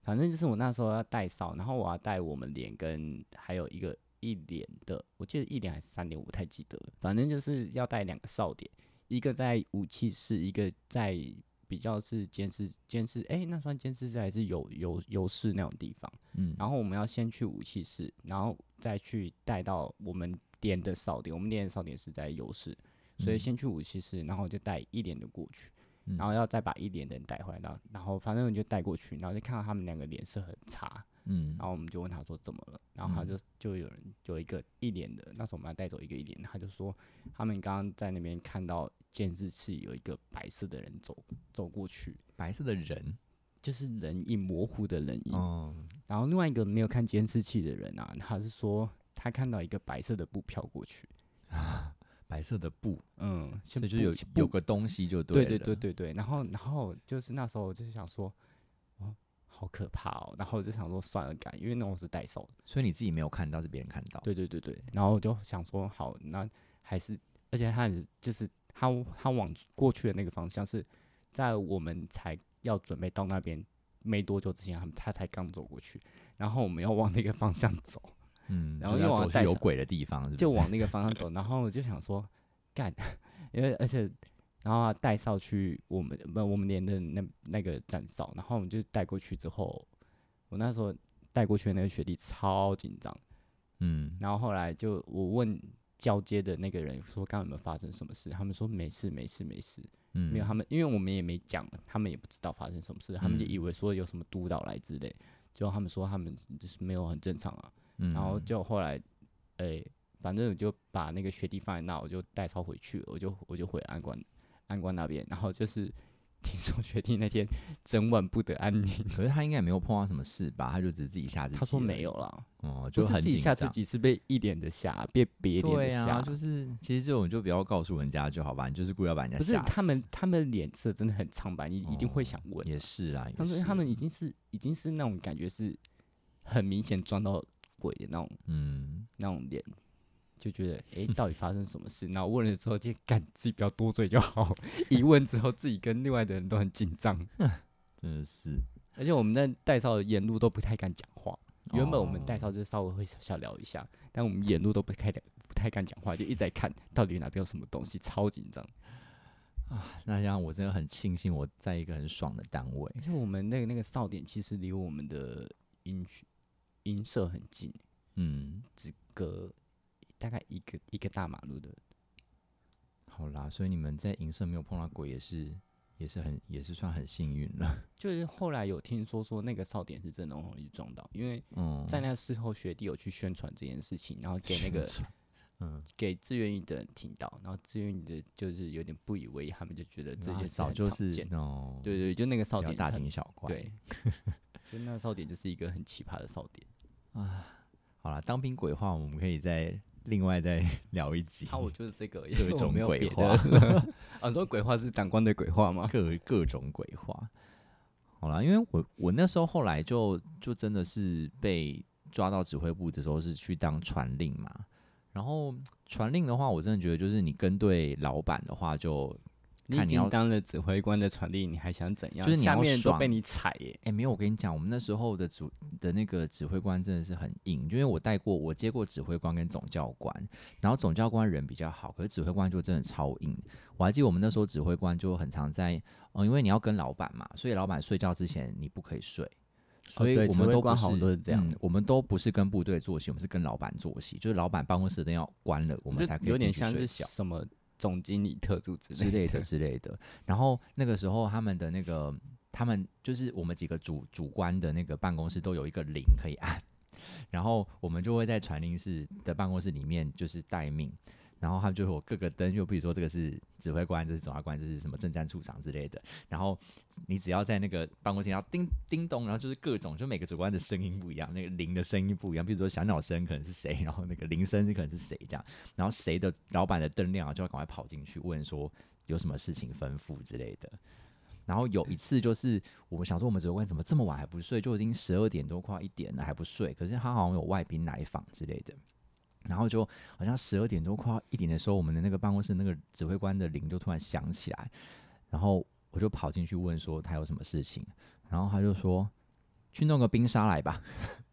Speaker 1: 反正就是我那时候要带哨，然后我要带我们连跟还有一个一连的，我记得一连还是三连，我不太记得了。反正就是要带两个哨点，一个在武器室，一个在比较是监视监视，哎、那算监视室还是有有有室那种地方。
Speaker 2: 嗯，
Speaker 1: 然后我们要先去武器室，然后再去带到我们连的哨点。我们连的哨点是在游室，所以
Speaker 2: 嗯
Speaker 1: 先去武器室，然后就带一连的过去，
Speaker 2: 嗯
Speaker 1: 然后要再把一连的人带回来。然后，然后反正我就带过去，然后就看到他们两个脸色很差，
Speaker 2: 嗯
Speaker 1: 然后我们就问他说怎么了，然后他就就有人有一个一脸的，那时候我们还带走一个一脸的，他就说他们刚刚在那边看到监视器有一个白色的人走走过去，
Speaker 2: 白色的人，
Speaker 1: 就是人影模糊的人影，
Speaker 2: 哦，
Speaker 1: 然后另外一个没有看监视器的人啊，他是说他看到一个白色的布飘过去，
Speaker 2: 白色的布，
Speaker 1: 嗯，
Speaker 2: 所
Speaker 1: 所
Speaker 2: 以就有有个东西就对了，
Speaker 1: 对对对对，然后然后就是那时候我就是想说，哦，好可怕哦，然后我就想说算了，改，因为那我是代售的，
Speaker 2: 所以你自己没有看到，是别人看到，，
Speaker 1: 对对对对，然后我就想说好，那还是，而且他也是就是他他往过去的那个方向是在我们才要准备到那边没多久之前，他们他才刚走过去，然后我们要往那个方向走，
Speaker 2: 嗯，
Speaker 1: 然后
Speaker 2: 就
Speaker 1: 又
Speaker 2: 要
Speaker 1: 往
Speaker 2: 走去
Speaker 1: 带
Speaker 2: 有
Speaker 1: 上
Speaker 2: 鬼的地方，是不是？
Speaker 1: 就往那个方向走，然后我就想说干，因为而且然后他啊带哨去我们不我们连的那那个站哨，然后我们就带过去之后，我那时候带过去的那个学弟超紧张，
Speaker 2: 嗯，
Speaker 1: 然后后来就我问交接的那个人说刚刚有没有发生什么事，他们说没事没事没事，
Speaker 2: 嗯
Speaker 1: 没有他们，因为我们也没讲，他们也不知道发生什么事，他们就以为说有什么督导来之类，就他们说他们就是没有很正常啊，
Speaker 2: 嗯，
Speaker 1: 然后就后来，诶、反正我就把那个学弟放在那，我就带他回去了，我就我就回安官安官那边，然后就是 听说学弟那天整晚不得安宁，
Speaker 2: 可是他应该也没有碰到什么事吧？他就只是自己吓自己，
Speaker 1: 他说没有，啦，
Speaker 2: 哦，
Speaker 1: 不
Speaker 2: 就是很
Speaker 1: 自己
Speaker 2: 紧
Speaker 1: 吓自
Speaker 2: 张
Speaker 1: 己，是被一脸的吓，被别脸的
Speaker 2: 对
Speaker 1: 吓，
Speaker 2: 啊，就是其实这种就不要告诉人家就好吧，你就是故意要把人家
Speaker 1: 不是
Speaker 2: 吓死
Speaker 1: 他们他们脸色真的很苍白，你一定会想问，
Speaker 2: 也是啊，
Speaker 1: 他
Speaker 2: 也
Speaker 1: 们
Speaker 2: 是
Speaker 1: 他们已经是已经是那种感觉是很明显撞到鬼的那种
Speaker 2: 嗯，
Speaker 1: 那种脸。就觉得，诶， 到底发生什么事？然后问了之后，就干自己不要多嘴就好。 一问之后，自己跟另外的人都很紧张，
Speaker 2: 真的是。
Speaker 1: 而且我们在带哨的沿路都不太敢讲话。原本我们
Speaker 2: 哦
Speaker 1: 带哨就是稍微会小小聊一下，但我们沿路都不太敢不太敢讲话，就一直在看到底哪边有什么东西，超紧张。
Speaker 2: 那这样我真的很庆幸我在一个很爽的单位
Speaker 1: 而且我们那个那个哨点其实离我们的音区音社很近，
Speaker 2: 嗯，
Speaker 1: 隔大概一个一个大马路的。
Speaker 2: 好啦，所以你们在银社没有碰到鬼也是也是很也是算很幸运了。
Speaker 1: 就是后来有听说说那个哨点是真的很容易撞到，因为
Speaker 2: 嗯，
Speaker 1: 在那事后学弟有去宣传这件事情，然后给那
Speaker 2: 宣
Speaker 1: 个
Speaker 2: 传嗯，
Speaker 1: 给志愿役的人听到，然后志愿役的就是有点不以为意，他们就觉得这
Speaker 2: 啊
Speaker 1: 件事
Speaker 2: 早
Speaker 1: 很
Speaker 2: 就
Speaker 1: 常
Speaker 2: 是
Speaker 1: 见。
Speaker 2: 哦，
Speaker 1: 对对，就那个哨
Speaker 2: 不要
Speaker 1: 点
Speaker 2: 大
Speaker 1: 很
Speaker 2: 惊小怪。
Speaker 1: 对，就那个哨点就是一个很奇葩的哨 点。
Speaker 2: 好啦，当兵鬼话我们可以再另外再 聊一集。
Speaker 1: 啊，我就是这个，因
Speaker 2: 各
Speaker 1: 为我
Speaker 2: 种
Speaker 1: 没有
Speaker 2: 鬼
Speaker 1: 别
Speaker 2: 话
Speaker 1: 的。 啊，你说鬼话是长官的鬼话吗？
Speaker 2: 各各种鬼话。好啦，因为我我那时候后来就就真的是被抓到指挥部的时候是去当传令嘛，然后传令的话，我真的觉得就是你跟对老板的话就
Speaker 1: 你已
Speaker 2: 看你要
Speaker 1: 经当了指挥官的传令，你还想怎样？
Speaker 2: 就是你
Speaker 1: 下
Speaker 2: 要
Speaker 1: 面都被
Speaker 2: 爽
Speaker 1: 你踩耶。
Speaker 2: 哎、没有，我跟你讲，我们那时候的主的那个指挥官真的是很硬，就因为我带过，我接过指挥官跟总教官，然后总教官人比较好，可是指挥官就真的超硬。我还记得我们那时候指挥官就很常在，嗯，因为你要跟老板嘛，所以老板睡觉之前你不可以睡，所以
Speaker 1: 哦对
Speaker 2: 我
Speaker 1: 指
Speaker 2: 们
Speaker 1: 挥
Speaker 2: 都不
Speaker 1: 官好像都是这样
Speaker 2: 嗯我们都不是跟部队作息，我们是跟老板作息，就是老板办公室的灯要关了，我们
Speaker 1: 就
Speaker 2: 才可以
Speaker 1: 有
Speaker 2: 进
Speaker 1: 点
Speaker 2: 去
Speaker 1: 像
Speaker 2: 睡
Speaker 1: 是
Speaker 2: 觉
Speaker 1: 什么总经理特助之
Speaker 2: 之类
Speaker 1: 类
Speaker 2: 的。之类的。然后那个时候他们的那个，他们就是我们几个主主官的那个办公室都有一个铃可以按，然后我们就会在传令室的办公室里面就是待命。然后他们就会有各个灯，就比如说这个是指挥官，这是总察官，这是什么政战处长之类的。然后你只要在那个办公室，然后叮叮咚，然后就是各种，就每个主观的声音不一样，那个铃的声音不一样。比如说小鸟声可能是谁，然后那个铃声可能是谁这样，然后谁的老板的灯亮了，就要赶快跑进去问说有什么事情吩咐之类的。然后有一次就是我们想说我们指挥官怎么这么晚还不睡，就已经十二点多快一点了还不睡，可是他好像有外宾来访之类的。然后就好像十二点多快要一点的时候，我们的那个办公室那个指挥官的铃就突然响起来，然后我就跑进去问说他有什么事情，然后他就说去弄个冰沙来吧。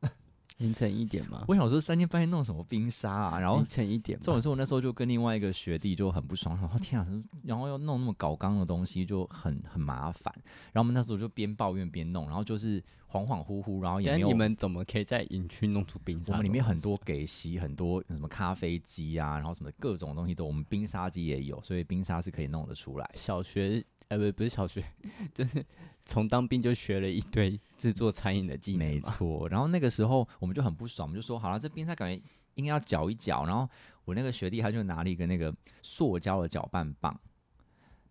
Speaker 1: 凌晨一点吗？
Speaker 2: 我想说三更半夜弄什么冰沙啊？然后
Speaker 1: 凌晨一点吗，
Speaker 2: 重点是我那时候就跟另外一个学弟就很不爽，然后天啊，
Speaker 1: 嗯
Speaker 2: 然后要弄那么搞纲的东西就很很麻烦。然后我们那时候就边抱怨边弄，然后就是恍恍惚惚，然后也
Speaker 1: 但
Speaker 2: 没有
Speaker 1: 你们怎么可以在营区弄出冰沙？
Speaker 2: 我们里面很
Speaker 1: 啊
Speaker 2: 多，给席，很多什么咖啡机啊，然后什么各种东西都，我们冰沙机也有，所以冰沙是可以弄得出来。
Speaker 1: 小学呃，不，不是小学， 就是从当兵就学了一堆制作餐饮的技能
Speaker 2: 没
Speaker 1: 嘛。
Speaker 2: 错，然后那个时候我们就很不爽，我们就说好了，这冰沙感觉应该要搅一搅。然后我那个学弟他就拿了一个那个塑胶的搅拌棒，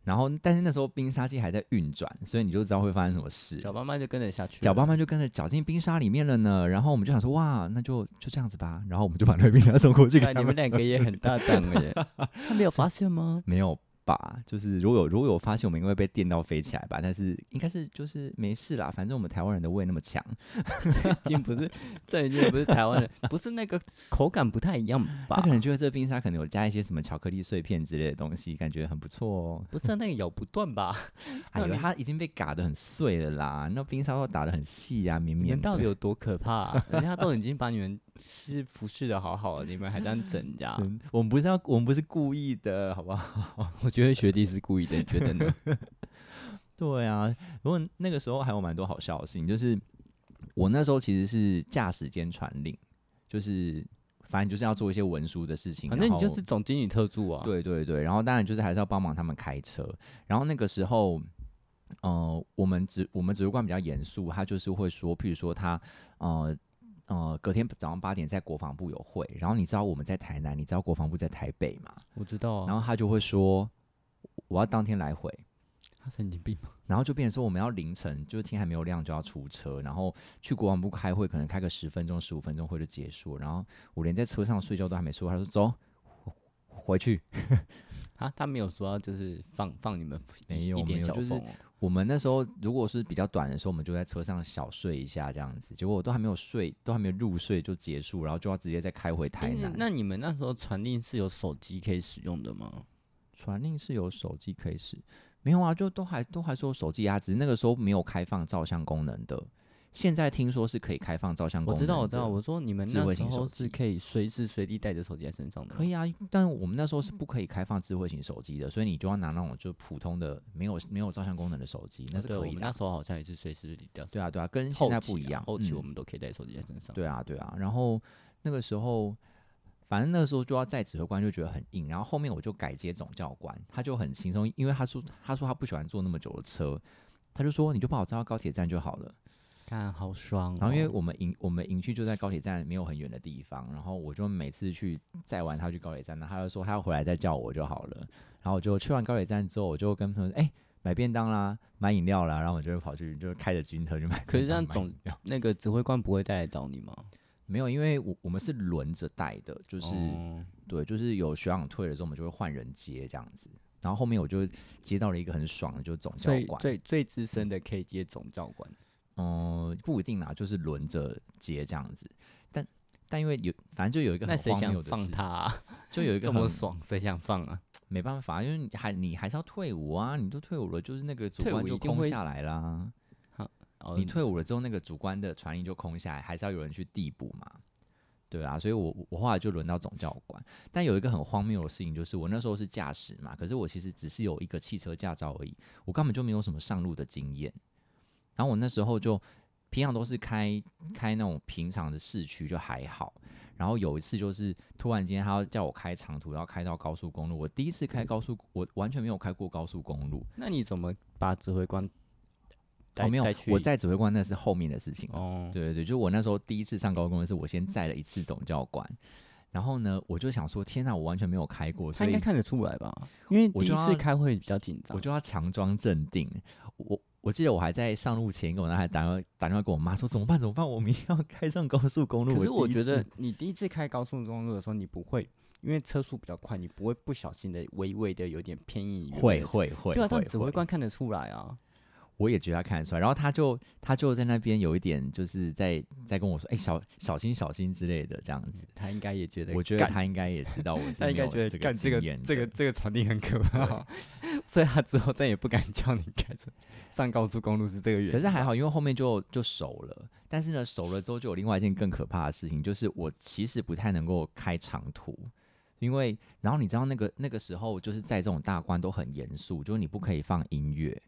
Speaker 2: 然后但是那时候冰沙机还在运转，所以你就知道会发生什么事。
Speaker 1: 搅拌麦就跟着下去了，
Speaker 2: 搅拌棒就跟着搅进冰沙里面了呢。然后我们就想说，哇，那就就这样子吧。然后我们就把那个冰沙送过去给
Speaker 1: 哎
Speaker 2: 他
Speaker 1: 你们。
Speaker 2: 们
Speaker 1: 两个也很大胆 耶，他没有发现吗？
Speaker 2: 没有吧？就是如果有如果有发现，我们应该会被电到飞起来吧？但是应该是就是没事啦，反正我们台湾人的胃那么强。
Speaker 1: 已经不是，这已经不是台湾人，不是那个口感不太一样
Speaker 2: 他
Speaker 1: 吧
Speaker 2: 可？能觉得这冰沙可能有加一些什么巧克力碎片之类的东西，感觉很不错哦。
Speaker 1: 不是那个咬不断吧？
Speaker 2: 哎
Speaker 1: 到
Speaker 2: 呦，
Speaker 1: 底
Speaker 2: 它已经被嘎得很碎了啦，那冰沙都打得很细啊，绵
Speaker 1: 你
Speaker 2: 绵
Speaker 1: 们到
Speaker 2: 的。
Speaker 1: 底有多可怕、 啊？人家都已经把你们就是服侍的好好的，你们还这样整人家？
Speaker 2: 真我们不是要，我们不是故意的，好不好？
Speaker 1: 我觉得学弟是故意的，你觉得 呢？
Speaker 2: 对啊，不过那个时候还有蛮多好笑的事情，就是我那时候其实是驾驶兼传令，就是反正就是要做一些文书的事情，
Speaker 1: 反正你
Speaker 2: 然后
Speaker 1: 就是总经理特助啊。，
Speaker 2: 对对对，然后当然就是还是要帮忙他们开车。然后那个时候，呃，我们指我们指挥官比较严肃，他就是会说，譬如说他呃呃隔天早上八点在国防部有会，然后你知道我们在台南，你知道国防部在台北嘛，
Speaker 1: 我知道
Speaker 2: 然
Speaker 1: 啊。
Speaker 2: 后他就会说我要当天来回。
Speaker 1: 他神经病吗？
Speaker 2: 然后就变成说我们要凌晨，就是天还没有亮就要出车，然后去国防部开会，可能开个十分钟、十五分钟会就结束。然后我连在车上睡觉都还没睡，他说走回去，
Speaker 1: 啊，他没有说要就是放放你们一
Speaker 2: 没有
Speaker 1: 一
Speaker 2: 没
Speaker 1: 点
Speaker 2: 有
Speaker 1: 小
Speaker 2: 就是
Speaker 1: 风、哦。
Speaker 2: 我们那时候如果是比较短的时候，我们就在车上小睡一下这样子。结果我都还没有睡，都还没有入睡就结束，然后就要直接再开回台
Speaker 1: 诶
Speaker 2: 南。
Speaker 1: 嗯那哎你们那时候传令是有手机可以使用的吗？
Speaker 2: 传令是有手机可以使，没有啊？就都还都还是有手机啊，只是那个时候没有开放照相功能的。现在听说是可以开放照相功
Speaker 1: 我
Speaker 2: 能
Speaker 1: 知
Speaker 2: 的，
Speaker 1: 道，我知道。我说你们
Speaker 2: 智
Speaker 1: 那
Speaker 2: 慧
Speaker 1: 时
Speaker 2: 型手
Speaker 1: 候是
Speaker 2: 机
Speaker 1: 可以随时随地带着手机在身上的吗，
Speaker 2: 可以啊，但我们那时候是不可以开放智慧型手机的，所以你就要拿那种就普通的没有没有照相功能的手机，那
Speaker 1: 哦
Speaker 2: 是
Speaker 1: 对，我
Speaker 2: 可以
Speaker 1: 们
Speaker 2: 的
Speaker 1: 那
Speaker 2: 啊。
Speaker 1: 时候好像也是随时随地带。
Speaker 2: 对啊，对啊，跟
Speaker 1: 后
Speaker 2: 现在
Speaker 1: 期
Speaker 2: 不一
Speaker 1: 啊
Speaker 2: 样。
Speaker 1: 后期
Speaker 2: 嗯
Speaker 1: 我们都可以带手机在身上。
Speaker 2: 对啊，对啊。然后那个时候，反正那个时候就要在指挥官就觉得很硬，然后后面我就改接总教官，他就很轻松，因为他说他说他不喜欢坐那么久的车，他就说你就把我载到高铁站就好了。
Speaker 1: 看好爽、哦。
Speaker 2: 然后因为我们营我们营区就在高铁站没有很远的地方，然后我就每次去载完他去高铁站，然后他就说他要回来再叫我就好了。然后我就去完高铁站之后，我就跟他们说，哎、买便当啦，买饮料啦，然后我就会跑去，就开着军车去买便当。
Speaker 1: 可是这样
Speaker 2: 买
Speaker 1: 总
Speaker 2: 饮料
Speaker 1: 那个指挥官不会再来找你吗？
Speaker 2: 没有，因为我我们是轮着带的，就是、
Speaker 1: 哦
Speaker 2: 对，就是有学长退了之后，我们就会换人接这样子。然后后面我就接到了一个很爽的，就是总教
Speaker 1: 最
Speaker 2: 官。
Speaker 1: 最最资深的可以接总教官，
Speaker 2: 嗯、不一定啦，就是轮着接这样子。但但因为有，反正就有一个
Speaker 1: 那
Speaker 2: 很
Speaker 1: 谁
Speaker 2: 荒
Speaker 1: 想
Speaker 2: 谬的
Speaker 1: 放
Speaker 2: 事，
Speaker 1: 他、 啊？
Speaker 2: 就 有一个
Speaker 1: 这么
Speaker 2: 很
Speaker 1: 爽，谁想放啊？
Speaker 2: 没办法，因为你还你还是要退伍啊，你都退伍了，就是那个主
Speaker 1: 退
Speaker 2: 官
Speaker 1: 伍
Speaker 2: 就
Speaker 1: 一定
Speaker 2: 空
Speaker 1: 会
Speaker 2: 下来啦。
Speaker 1: 哦
Speaker 2: 你退伍了之后，那个主官的传令就空下来，还是要有人去递补嘛。对啊，所以我我后来就轮到总教官，但有一个很荒谬的事情，就是我那时候是驾驶嘛，可是我其实只是有一个汽车驾照而已，我根本就没有什么上路的经验。然后我那时候就平常都是开开那种平常的市区就还好，然后有一次就是突然间他要叫我开长途，要开到高速公路，我第一次开高速，我完全没有开过高速公路，
Speaker 1: 那你怎么把指挥官带、
Speaker 2: 哦没有
Speaker 1: 带，去？
Speaker 2: 我在指挥官那是后面的事情，
Speaker 1: 哦，
Speaker 2: 对对对，就我那时候第一次上高中的是我先载了一次总教官，然后呢，我就想说，天哪，我完全没有开过，
Speaker 1: 他
Speaker 2: 所
Speaker 1: 应
Speaker 2: 以
Speaker 1: 该看得出来吧？因为
Speaker 2: 我
Speaker 1: 第一
Speaker 2: 就
Speaker 1: 次
Speaker 2: 要
Speaker 1: 开会比较紧张
Speaker 2: 我，就要强装镇定。我我记得我还在上路前给我男孩打电话打电话跟我妈说，怎么办怎么办，我明天要开上高速公路。
Speaker 1: 可是我
Speaker 2: 第一
Speaker 1: 觉
Speaker 2: 次
Speaker 1: 得你第一次开高速公路的时候，你不会，因为车速比较快，你不会不小心的微微的有点偏移。
Speaker 2: 会。会会，
Speaker 1: 对啊，
Speaker 2: 会
Speaker 1: 但指挥
Speaker 2: 会
Speaker 1: 官看得出来啊。
Speaker 2: 我也觉得他看得出来，然后他就他就在那边有一点就是在在跟我说，哎、小小心小心之类的这样子。
Speaker 1: 他应该也觉得干，
Speaker 2: 我觉得他应该也知道我是
Speaker 1: 他
Speaker 2: 没
Speaker 1: 应该
Speaker 2: 有
Speaker 1: 觉得干这
Speaker 2: 这
Speaker 1: 个
Speaker 2: 经验
Speaker 1: 这个
Speaker 2: 的
Speaker 1: 这个传递很可怕，所以他之后再也不敢叫你开车上高速公路是这个原因。
Speaker 2: 可是还好，因为后面就就熟了。但是呢，熟了之后就有另外一件更可怕的事情，就是我其实不太能够开长途，因为然后你知道那个那个时候就是在这种大关都很严肃，就是你不可以放音乐。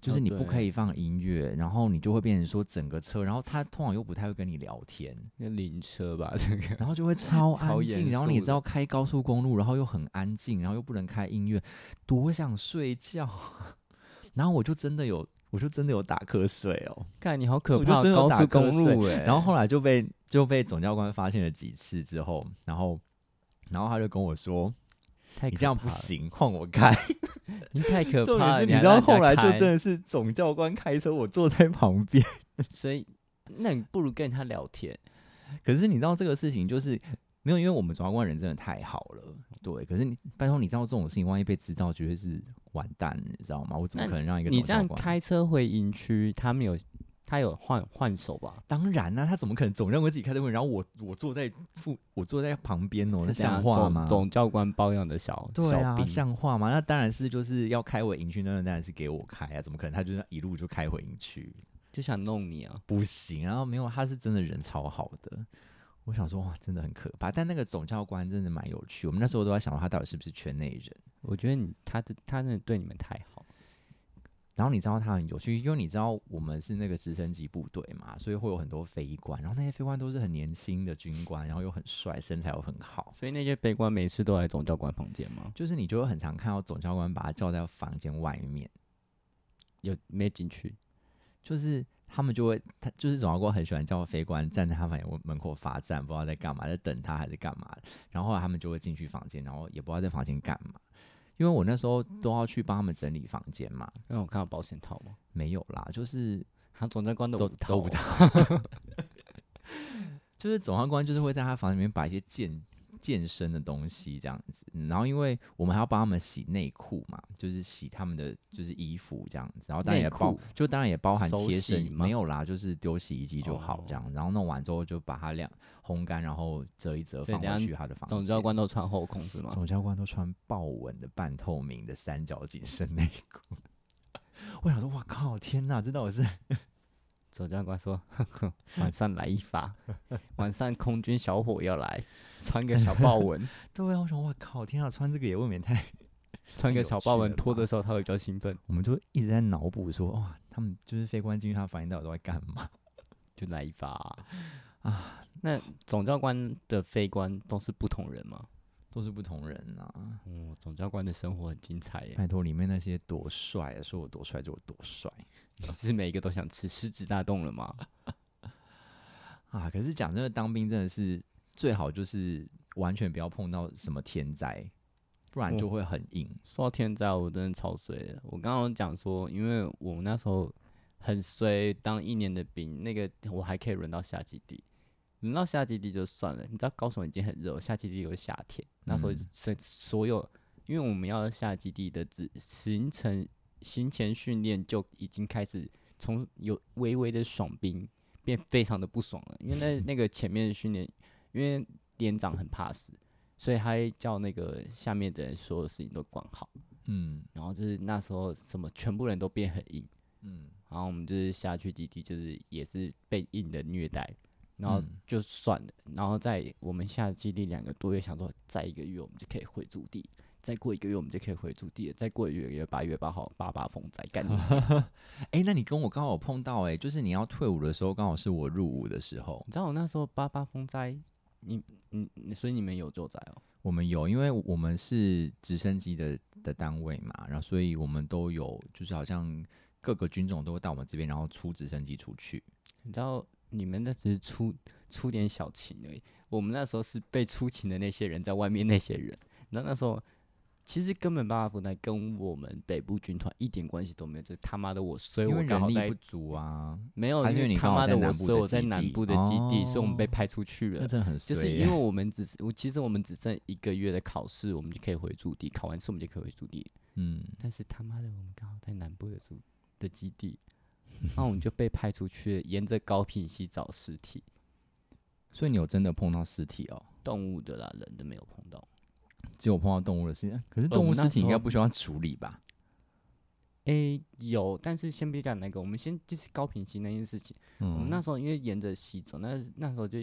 Speaker 2: 就是
Speaker 1: 哦
Speaker 2: 你不可
Speaker 1: 对
Speaker 2: 以放音乐，然后你就会变成说整个车，然后他通常又不太会跟你聊天，
Speaker 1: 那灵车吧，这个
Speaker 2: 然后就会超
Speaker 1: 超
Speaker 2: 安
Speaker 1: 严
Speaker 2: 静，然后你
Speaker 1: 肃
Speaker 2: 知
Speaker 1: 的
Speaker 2: 道开高速公路，然后又很安静，然后又不能开音乐，多想睡觉 啊。然后我就真的有，我就真的有打瞌睡哦。
Speaker 1: 看你好可
Speaker 2: 我就
Speaker 1: 怕，
Speaker 2: 真的
Speaker 1: 高
Speaker 2: 打
Speaker 1: 速
Speaker 2: 瞌
Speaker 1: 公
Speaker 2: 睡
Speaker 1: 路哎、
Speaker 2: 然后后来就被就被总教官发现了几次之后，然后然后他就跟我说：“
Speaker 1: 太
Speaker 2: 你
Speaker 1: 可
Speaker 2: 这样
Speaker 1: 怕
Speaker 2: 不
Speaker 1: 了，
Speaker 2: 行，换我开。”
Speaker 1: 你 太可
Speaker 2: 重
Speaker 1: 怕了。
Speaker 2: 点是，你
Speaker 1: 还
Speaker 2: 知道
Speaker 1: 让人家
Speaker 2: 后来就
Speaker 1: 开
Speaker 2: 真的是总教官开车，我坐在旁边。
Speaker 1: 所以那你不如跟他聊天。
Speaker 2: 可是你知道这个事情就是没有，因为我们总教官人真的太好了，对。可是你拜托，你知道这种事情万一被知道，绝对是完蛋，你知道吗？我怎么
Speaker 1: 那
Speaker 2: 可能让一个
Speaker 1: 你
Speaker 2: 总
Speaker 1: 这
Speaker 2: 教
Speaker 1: 样
Speaker 2: 官？
Speaker 1: 开车回营区，他们有他有换换手吧？
Speaker 2: 当然啊啦、他怎么可能总认为自己开车会？然后我我坐在副，我坐在旁边哦，那
Speaker 1: 这样
Speaker 2: 像话吗
Speaker 1: 总？总教官包养的小
Speaker 2: 对
Speaker 1: 小
Speaker 2: 啊，
Speaker 1: 兵，
Speaker 2: 像话吗？那当然是就是要开回营区，那当然是给我开啊，怎么可能？他就是一路就开回营区，
Speaker 1: 就想弄你啊！
Speaker 2: 不行，然后没有，他是真的人超好的。我想说哇，真的很可怕。但那个总教官真的蛮有趣，我们那时候都在想说他到底是不是圈内人。
Speaker 1: 我觉得你他这他真的对你们太好，
Speaker 2: 然后你知道他很有趣，因为你知道我们是那个直升机部队嘛，所以会有很多飞官，然后那些飞官都是很年轻的军官，然后又很帅，身材又很好，
Speaker 1: 所以那些悲观每次都来总教官房间吗？
Speaker 2: 就是你就会很常看到总教官把他叫在房间外面，
Speaker 1: 有没进去？
Speaker 2: 就是他们就会他就是总教官很喜欢叫飞官站在他们门口罚站，不知道在干嘛，在等他还是干嘛的。然后后来他们就会进去房间，然后也不知道在房间干嘛。因为我那时候都要去帮他们整理房间嘛，
Speaker 1: 因为我看到保险套吗？
Speaker 2: 没有啦，就是
Speaker 1: 他总教官的
Speaker 2: 都
Speaker 1: 五
Speaker 2: 都不
Speaker 1: 套，啊
Speaker 2: 就是总教官就是会在他房里面摆一些健健身的东西这样子，然后因为我们还要帮他们洗内裤嘛，就是洗他们的就是衣服这样子，然后当然也
Speaker 1: 内
Speaker 2: 包
Speaker 1: 裤，
Speaker 2: 就当然也包含
Speaker 1: 手
Speaker 2: 贴
Speaker 1: 洗
Speaker 2: 身衣，
Speaker 1: 吗
Speaker 2: 没有啦，就是丢洗衣机就好
Speaker 1: 哦
Speaker 2: 这样，然后弄完之后就把它晾烘干，然后折一折
Speaker 1: 所以
Speaker 2: 放
Speaker 1: 等
Speaker 2: 回
Speaker 1: 下
Speaker 2: 去他的房间。
Speaker 1: 总教官都穿后空是吗？
Speaker 2: 总教官都穿豹纹的半透明的三角紧 身内裤，我想说，哇靠，天哪，这到底是
Speaker 1: 总教官说：“ 呵呵，晚上来一发， 晚上空军小伙要来，穿个小豹 纹，
Speaker 2: 对啊，我想，哇靠，天啊，穿这个也未免太……
Speaker 1: 穿
Speaker 2: 有
Speaker 1: 个小豹
Speaker 2: 趣
Speaker 1: 纹
Speaker 2: 了
Speaker 1: 脱
Speaker 2: 吧
Speaker 1: 的时候，他会比较兴奋，
Speaker 2: 我们就一直在脑补说，哇，他们就是非官进去他房间到底都在干嘛？
Speaker 1: 就来一发啊。那总教官的飞官都是不同人吗？
Speaker 2: 都是不同人啊！
Speaker 1: 嗯，总教官的生活很精彩耶，
Speaker 2: 拜托，里面那些多帅啊，说我多帅就我多帅
Speaker 1: 你是每一个都想吃狮子大洞了吗？
Speaker 2: 啊！可是讲真的，当兵真的是最好就是完全不要碰到什么天灾，不然
Speaker 1: 哦
Speaker 2: 就会很硬。
Speaker 1: 说到天灾，我真的超衰的。我刚刚有讲说，因为我们那时候很衰，当一年的兵，那个我还可以轮到夏季地，轮到夏季地就算了。你知道高雄已经很热，夏季地又是夏天，那时候
Speaker 2: 嗯
Speaker 1: 是所有，因为我们要夏季地的只行程行前训练就已经开始从有微微的爽兵变非常的不爽了，因为那那个前面的训练，因为连长很怕死。所以他会叫那个下面的人所有事情都管好，
Speaker 2: 嗯
Speaker 1: 然后就是那时候什么全部人都变很硬，
Speaker 2: 嗯，
Speaker 1: 然后我们就是下去基地，就是也是被硬的虐待，然后
Speaker 2: 嗯
Speaker 1: 就算了，然后在我们下基地两个多月，想说再一个月我们就可以回驻地，再过一个月我们就可以回驻地了，再过一个月八月八号八八风灾 干你娘，
Speaker 2: 哎、那你跟我刚好碰到哎、就是你要退伍的时候，刚好是我入伍的时候。
Speaker 1: 你知道我那时候八八风灾，你你你所以你们有救灾哦，
Speaker 2: 我们有，因为我们是直升机的的单位嘛，然后所以我们都有，就是好像各个军种都会到我们这边，然后出直升机出去。
Speaker 1: 你知道你们那只是出出点小情而已，我们那时候是被出勤的那些人在外面那些人，那那时候其实根本巴拉福奈跟我们北部军团一点关系都没有，这他妈的我衰，
Speaker 2: 因
Speaker 1: 我
Speaker 2: 为
Speaker 1: 刚
Speaker 2: 人
Speaker 1: 好
Speaker 2: 力
Speaker 1: 在
Speaker 2: 不足啊，
Speaker 1: 没有，
Speaker 2: 还是因为
Speaker 1: 为
Speaker 2: 你
Speaker 1: 他
Speaker 2: 刚好
Speaker 1: 妈
Speaker 2: 在
Speaker 1: 的我
Speaker 2: 南部
Speaker 1: 衰，
Speaker 2: 的
Speaker 1: 我在
Speaker 2: 基
Speaker 1: 南
Speaker 2: 地
Speaker 1: 部的基地，所以我们被
Speaker 2: 哦
Speaker 1: 派出去
Speaker 2: 那
Speaker 1: 了。
Speaker 2: 真的很衰欸
Speaker 1: 就
Speaker 2: 耶、
Speaker 1: 是因为我们只是我，其实我们只剩一个月的考试，我们就可以回驻地，考完试我们就可以回驻地。
Speaker 2: 嗯，
Speaker 1: 但是他妈的，我们刚好在南部的驻的基地，那我们就被派出去，沿着高平溪找尸体，
Speaker 2: 所以你有真的碰到尸体哦，
Speaker 1: 动物的啦，人都没有碰到。
Speaker 2: 只有碰到动物的尸体，可是
Speaker 1: 呃
Speaker 2: 动
Speaker 1: 我
Speaker 2: 物
Speaker 1: 们那
Speaker 2: 尸体应
Speaker 1: 时
Speaker 2: 该
Speaker 1: 候
Speaker 2: 不需要处理吧？
Speaker 1: 诶、有，但是先别讲那个，我们先就是高平溪那件事情。我
Speaker 2: 嗯
Speaker 1: 们那时候因为沿着溪走，那那时候就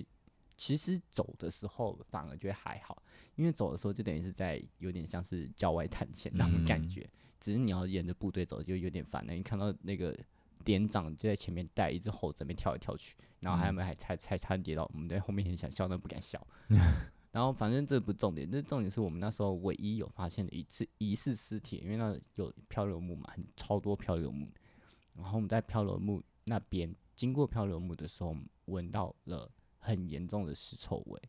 Speaker 1: 其实走的时候反而觉得还好，因为走的时候就等于是在有点像是郊外探险那种感
Speaker 2: 嗯
Speaker 1: 觉，只是你要沿着部队走就有点烦了。你看到那个连长就在前面带一只猴子，那边跳来跳去，然后他们还才才差点跌倒，我们在后面很想笑，但不敢笑。然后反正这不重点，这重点是我们那时候唯一有发现的一次疑似尸体，因为那有漂流木嘛，很超多漂流木。然后我们在漂流木那边经过漂流木的时候，我们闻到了很严重的尸臭味，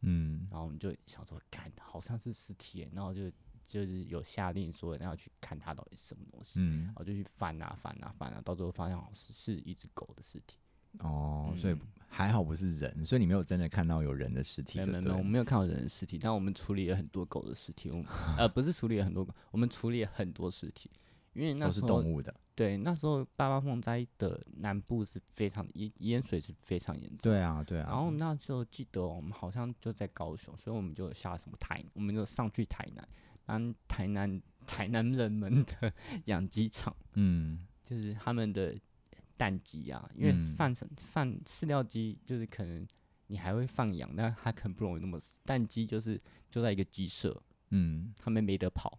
Speaker 2: 嗯，
Speaker 1: 然后我们就想说，干，好像是尸体耶，然后就就是有下令说要去看它到底是什么东西，
Speaker 2: 嗯
Speaker 1: 然，后就去翻啊翻啊翻啊，到最后发现好像是是一只狗的尸体。
Speaker 2: 哦，所以
Speaker 1: 嗯
Speaker 2: 还好不是人，所以你没有真的看到有人的尸体
Speaker 1: 没
Speaker 2: 就
Speaker 1: 有
Speaker 2: 对
Speaker 1: 没有没有，
Speaker 2: 了，
Speaker 1: 我们没有看到人的尸体，但我们处理了很多狗的尸体，我们呃不是处理了很多狗，我们处理了很多尸体，因为那
Speaker 2: 都是
Speaker 1: 时候
Speaker 2: 动物的。
Speaker 1: 对那时候八八风灾的南部是非常淹淹水是非常严重。
Speaker 2: 对啊，对啊。
Speaker 1: 然后那时候记得我们好像就在高雄，所以我们就下什么台，我们就上去台南，当台南台南人们的 养鸡场，
Speaker 2: 嗯，
Speaker 1: 就是他们的蛋鸡啊，因为
Speaker 2: 嗯
Speaker 1: 放生放饲料鸡就是可能你还会放养，但它很不容易那么死。蛋鸡就是就在一个鸡舍，
Speaker 2: 嗯，
Speaker 1: 他们没得跑，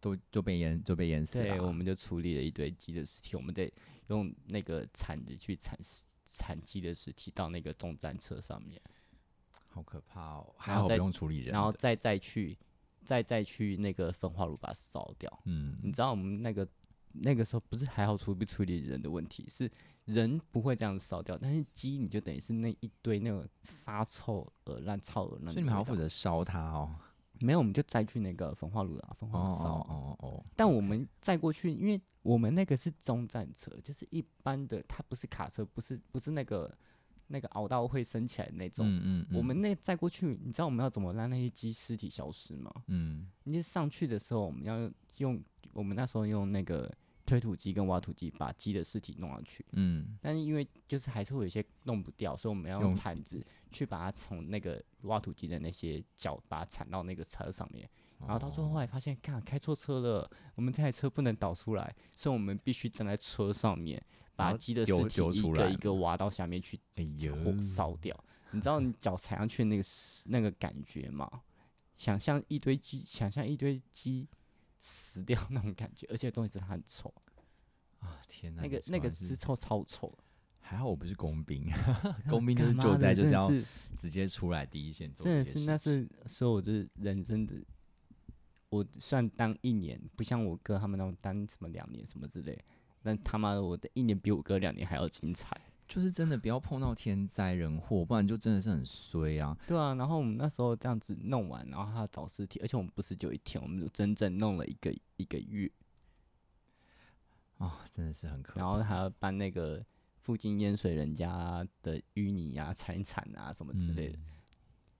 Speaker 2: 都就被淹就被淹死了
Speaker 1: 对，
Speaker 2: 啊。
Speaker 1: 我们就处理了一堆鸡的尸体，我们在用那个铲子去铲尸铲鸡的尸体到那个重战车上面。
Speaker 2: 好可怕哦，还
Speaker 1: 然后
Speaker 2: 好不
Speaker 1: 再
Speaker 2: 用处理人的。
Speaker 1: 然后再再去再再去那个焚化炉把它烧掉。你
Speaker 2: 嗯，
Speaker 1: 知道我们那个那个时候不是还好处不处理人的问题，是人不会这样烧掉，但是鸡你就等于是那一堆那种发臭、耳烂、臭耳烂的味道。
Speaker 2: 所以你们还要负责烧它哦。
Speaker 1: 没有，我们就再去那个焚化炉啊，焚
Speaker 2: 哦
Speaker 1: 化炉烧啊。
Speaker 2: 哦哦哦哦，
Speaker 1: 但我们再过去，因为我们那个是中站车，就是一般的，它不是卡车，不是不是那个那个熬到会升起来的那种。
Speaker 2: 嗯嗯，
Speaker 1: 我
Speaker 2: 嗯
Speaker 1: 们那再过去，你知道我们要怎么让那些鸡尸体消失吗？
Speaker 2: 嗯
Speaker 1: 因为上去的时候，我们要用用我们那时候用那个推土机跟挖土机把鸡的尸体弄上去，
Speaker 2: 嗯
Speaker 1: 但是因为就是还是会有一些弄不掉，所以我们要用
Speaker 2: 用
Speaker 1: 铲子去把它从那个挖土机的那些角把它铲到那个车上面，然后到最
Speaker 2: 哦
Speaker 1: 后后来发现，看开错车了，我们这台车不能导出来，所以我们必须站在车上面
Speaker 2: 然
Speaker 1: 把
Speaker 2: 后
Speaker 1: 鸡的
Speaker 2: 丢
Speaker 1: 尸体
Speaker 2: 丢
Speaker 1: 一
Speaker 2: 出
Speaker 1: 个
Speaker 2: 来
Speaker 1: 一个挖到下面去
Speaker 2: 哎呦，
Speaker 1: 火烧掉。你知道你脚踩上去那个是那个感觉吗？想象一堆鸡，想象一堆鸡死掉那种感觉，而且重点是它很臭，
Speaker 2: 啊天哪，
Speaker 1: 那个
Speaker 2: 你
Speaker 1: 那
Speaker 2: 说
Speaker 1: 个
Speaker 2: 的是
Speaker 1: 尸臭超臭，
Speaker 2: 还好我不是 工兵，工兵就是
Speaker 1: 干
Speaker 2: 救
Speaker 1: 妈
Speaker 2: 灾
Speaker 1: 的
Speaker 2: 就是
Speaker 1: 真的
Speaker 2: 要
Speaker 1: 是
Speaker 2: 直接出来第一线做
Speaker 1: 真的
Speaker 2: 这些
Speaker 1: 是
Speaker 2: 事
Speaker 1: 那
Speaker 2: 情
Speaker 1: 是说我就是人生的，我算当一年，不像我哥他们那种当什么两年什么之类，但他妈的我的一年比我哥两年还要精彩。
Speaker 2: 就是真的不要碰到天灾人祸，不然就真的是很衰啊。
Speaker 1: 对啊，然后我们那时候这样子弄完，然后他找尸体，而且我们不是就一天，我们就整整弄了一个一个月。
Speaker 2: 啊、真的是很可
Speaker 1: 然后还要搬那个附近淹水人家的淤泥啊、铲铲啊什么之类的，
Speaker 2: 嗯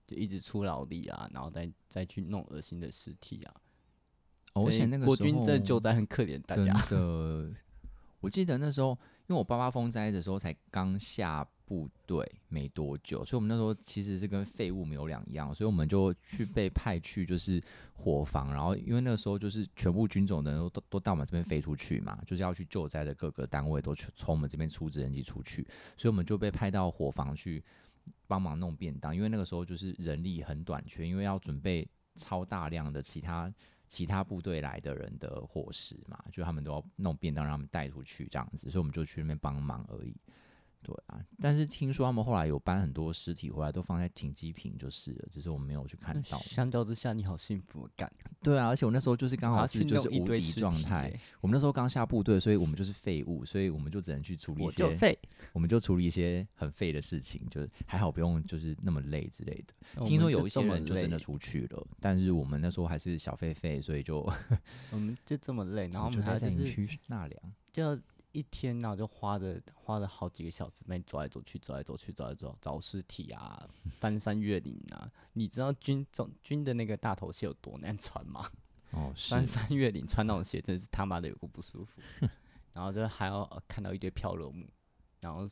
Speaker 1: 就一直出劳力啊，然后再再去弄恶心的尸体啊。
Speaker 2: 哦而
Speaker 1: 所以
Speaker 2: 且那个
Speaker 1: 国
Speaker 2: 时
Speaker 1: 军这
Speaker 2: 候
Speaker 1: 救灾很可怜，大
Speaker 2: 真
Speaker 1: 家
Speaker 2: 的， 我记得那时候，因为我八八风灾的时候才刚下部队没多久，所以我们那时候其实是跟废物没有两样，所以我们就去被派去就是伙房，然后因为那个时候就是全部军种的人都都都到我们这边飞出去嘛，就是要去救灾的各个单位都去从我们这边出职人机出去，所以我们就被派到伙房去帮忙弄便当，因为那个时候就是人力很短缺，因为要准备超大量的其他其他部队来的人的伙食嘛，就他们都要弄便当让他们带出去这样子，所以我们就去那边帮忙而已。对啊，但是听说他们后来有搬很多尸体回来，都放在停机坪就是了，只是我们没有去看
Speaker 1: 那
Speaker 2: 到。
Speaker 1: 相较之下，你好幸福 哦，干
Speaker 2: 对啊，而且我那时候就是刚
Speaker 1: 还
Speaker 2: 好
Speaker 1: 要
Speaker 2: 是
Speaker 1: 去
Speaker 2: 就是
Speaker 1: 弄一
Speaker 2: 无
Speaker 1: 堆
Speaker 2: 敌
Speaker 1: 尸
Speaker 2: 状
Speaker 1: 体欸
Speaker 2: 态
Speaker 1: 耶，，
Speaker 2: 我们那时候刚下部队，所以我们就是废物，所以我们就只能去处理一
Speaker 1: 我
Speaker 2: 些
Speaker 1: 就废。
Speaker 2: 我们就处理一些很废的事情，就是还好不用就是那么累之类的。听
Speaker 1: 我们
Speaker 2: 说有一
Speaker 1: 这
Speaker 2: 些
Speaker 1: 么
Speaker 2: 人就真的
Speaker 1: 累
Speaker 2: 出去了，但是我们那时候还是小狒狒，所以就
Speaker 1: 我们就这么累，然后
Speaker 2: 我
Speaker 1: 我
Speaker 2: 哦就
Speaker 1: 们还
Speaker 2: 待
Speaker 1: 要
Speaker 2: 在
Speaker 1: 就
Speaker 2: 营
Speaker 1: 是
Speaker 2: 区纳 凉。
Speaker 1: 就一天然后就花着花了好几个小时，在那边走来走去，走来走去，走来走找尸体啊， 翻山越岭啊。你知道军种军的那个大头鞋有多难穿吗？
Speaker 2: 哦，是
Speaker 1: 翻山越岭穿那种鞋，真是他妈的有个不舒 服。然后就还要、呃看到一堆漂流木，然后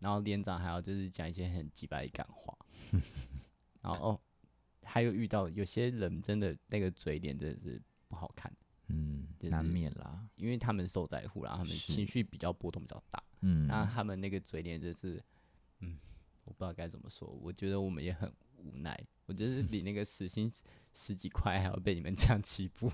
Speaker 1: 然后连长还要就是讲一些很鸡巴的感 话，然后哦，还有遇到有些人真的那个嘴脸真的是不好看，
Speaker 2: 嗯，
Speaker 1: 就
Speaker 2: 难
Speaker 1: 是
Speaker 2: 免啦。
Speaker 1: 因为他们受灾户啦，他们
Speaker 2: 是
Speaker 1: 情绪比较波动比较大，
Speaker 2: 嗯，
Speaker 1: 那他们那个嘴脸就是，嗯，我知道该怎么说。我觉得我们也很无奈，我觉得是比那个死薪 十几块还要被你们这样欺负。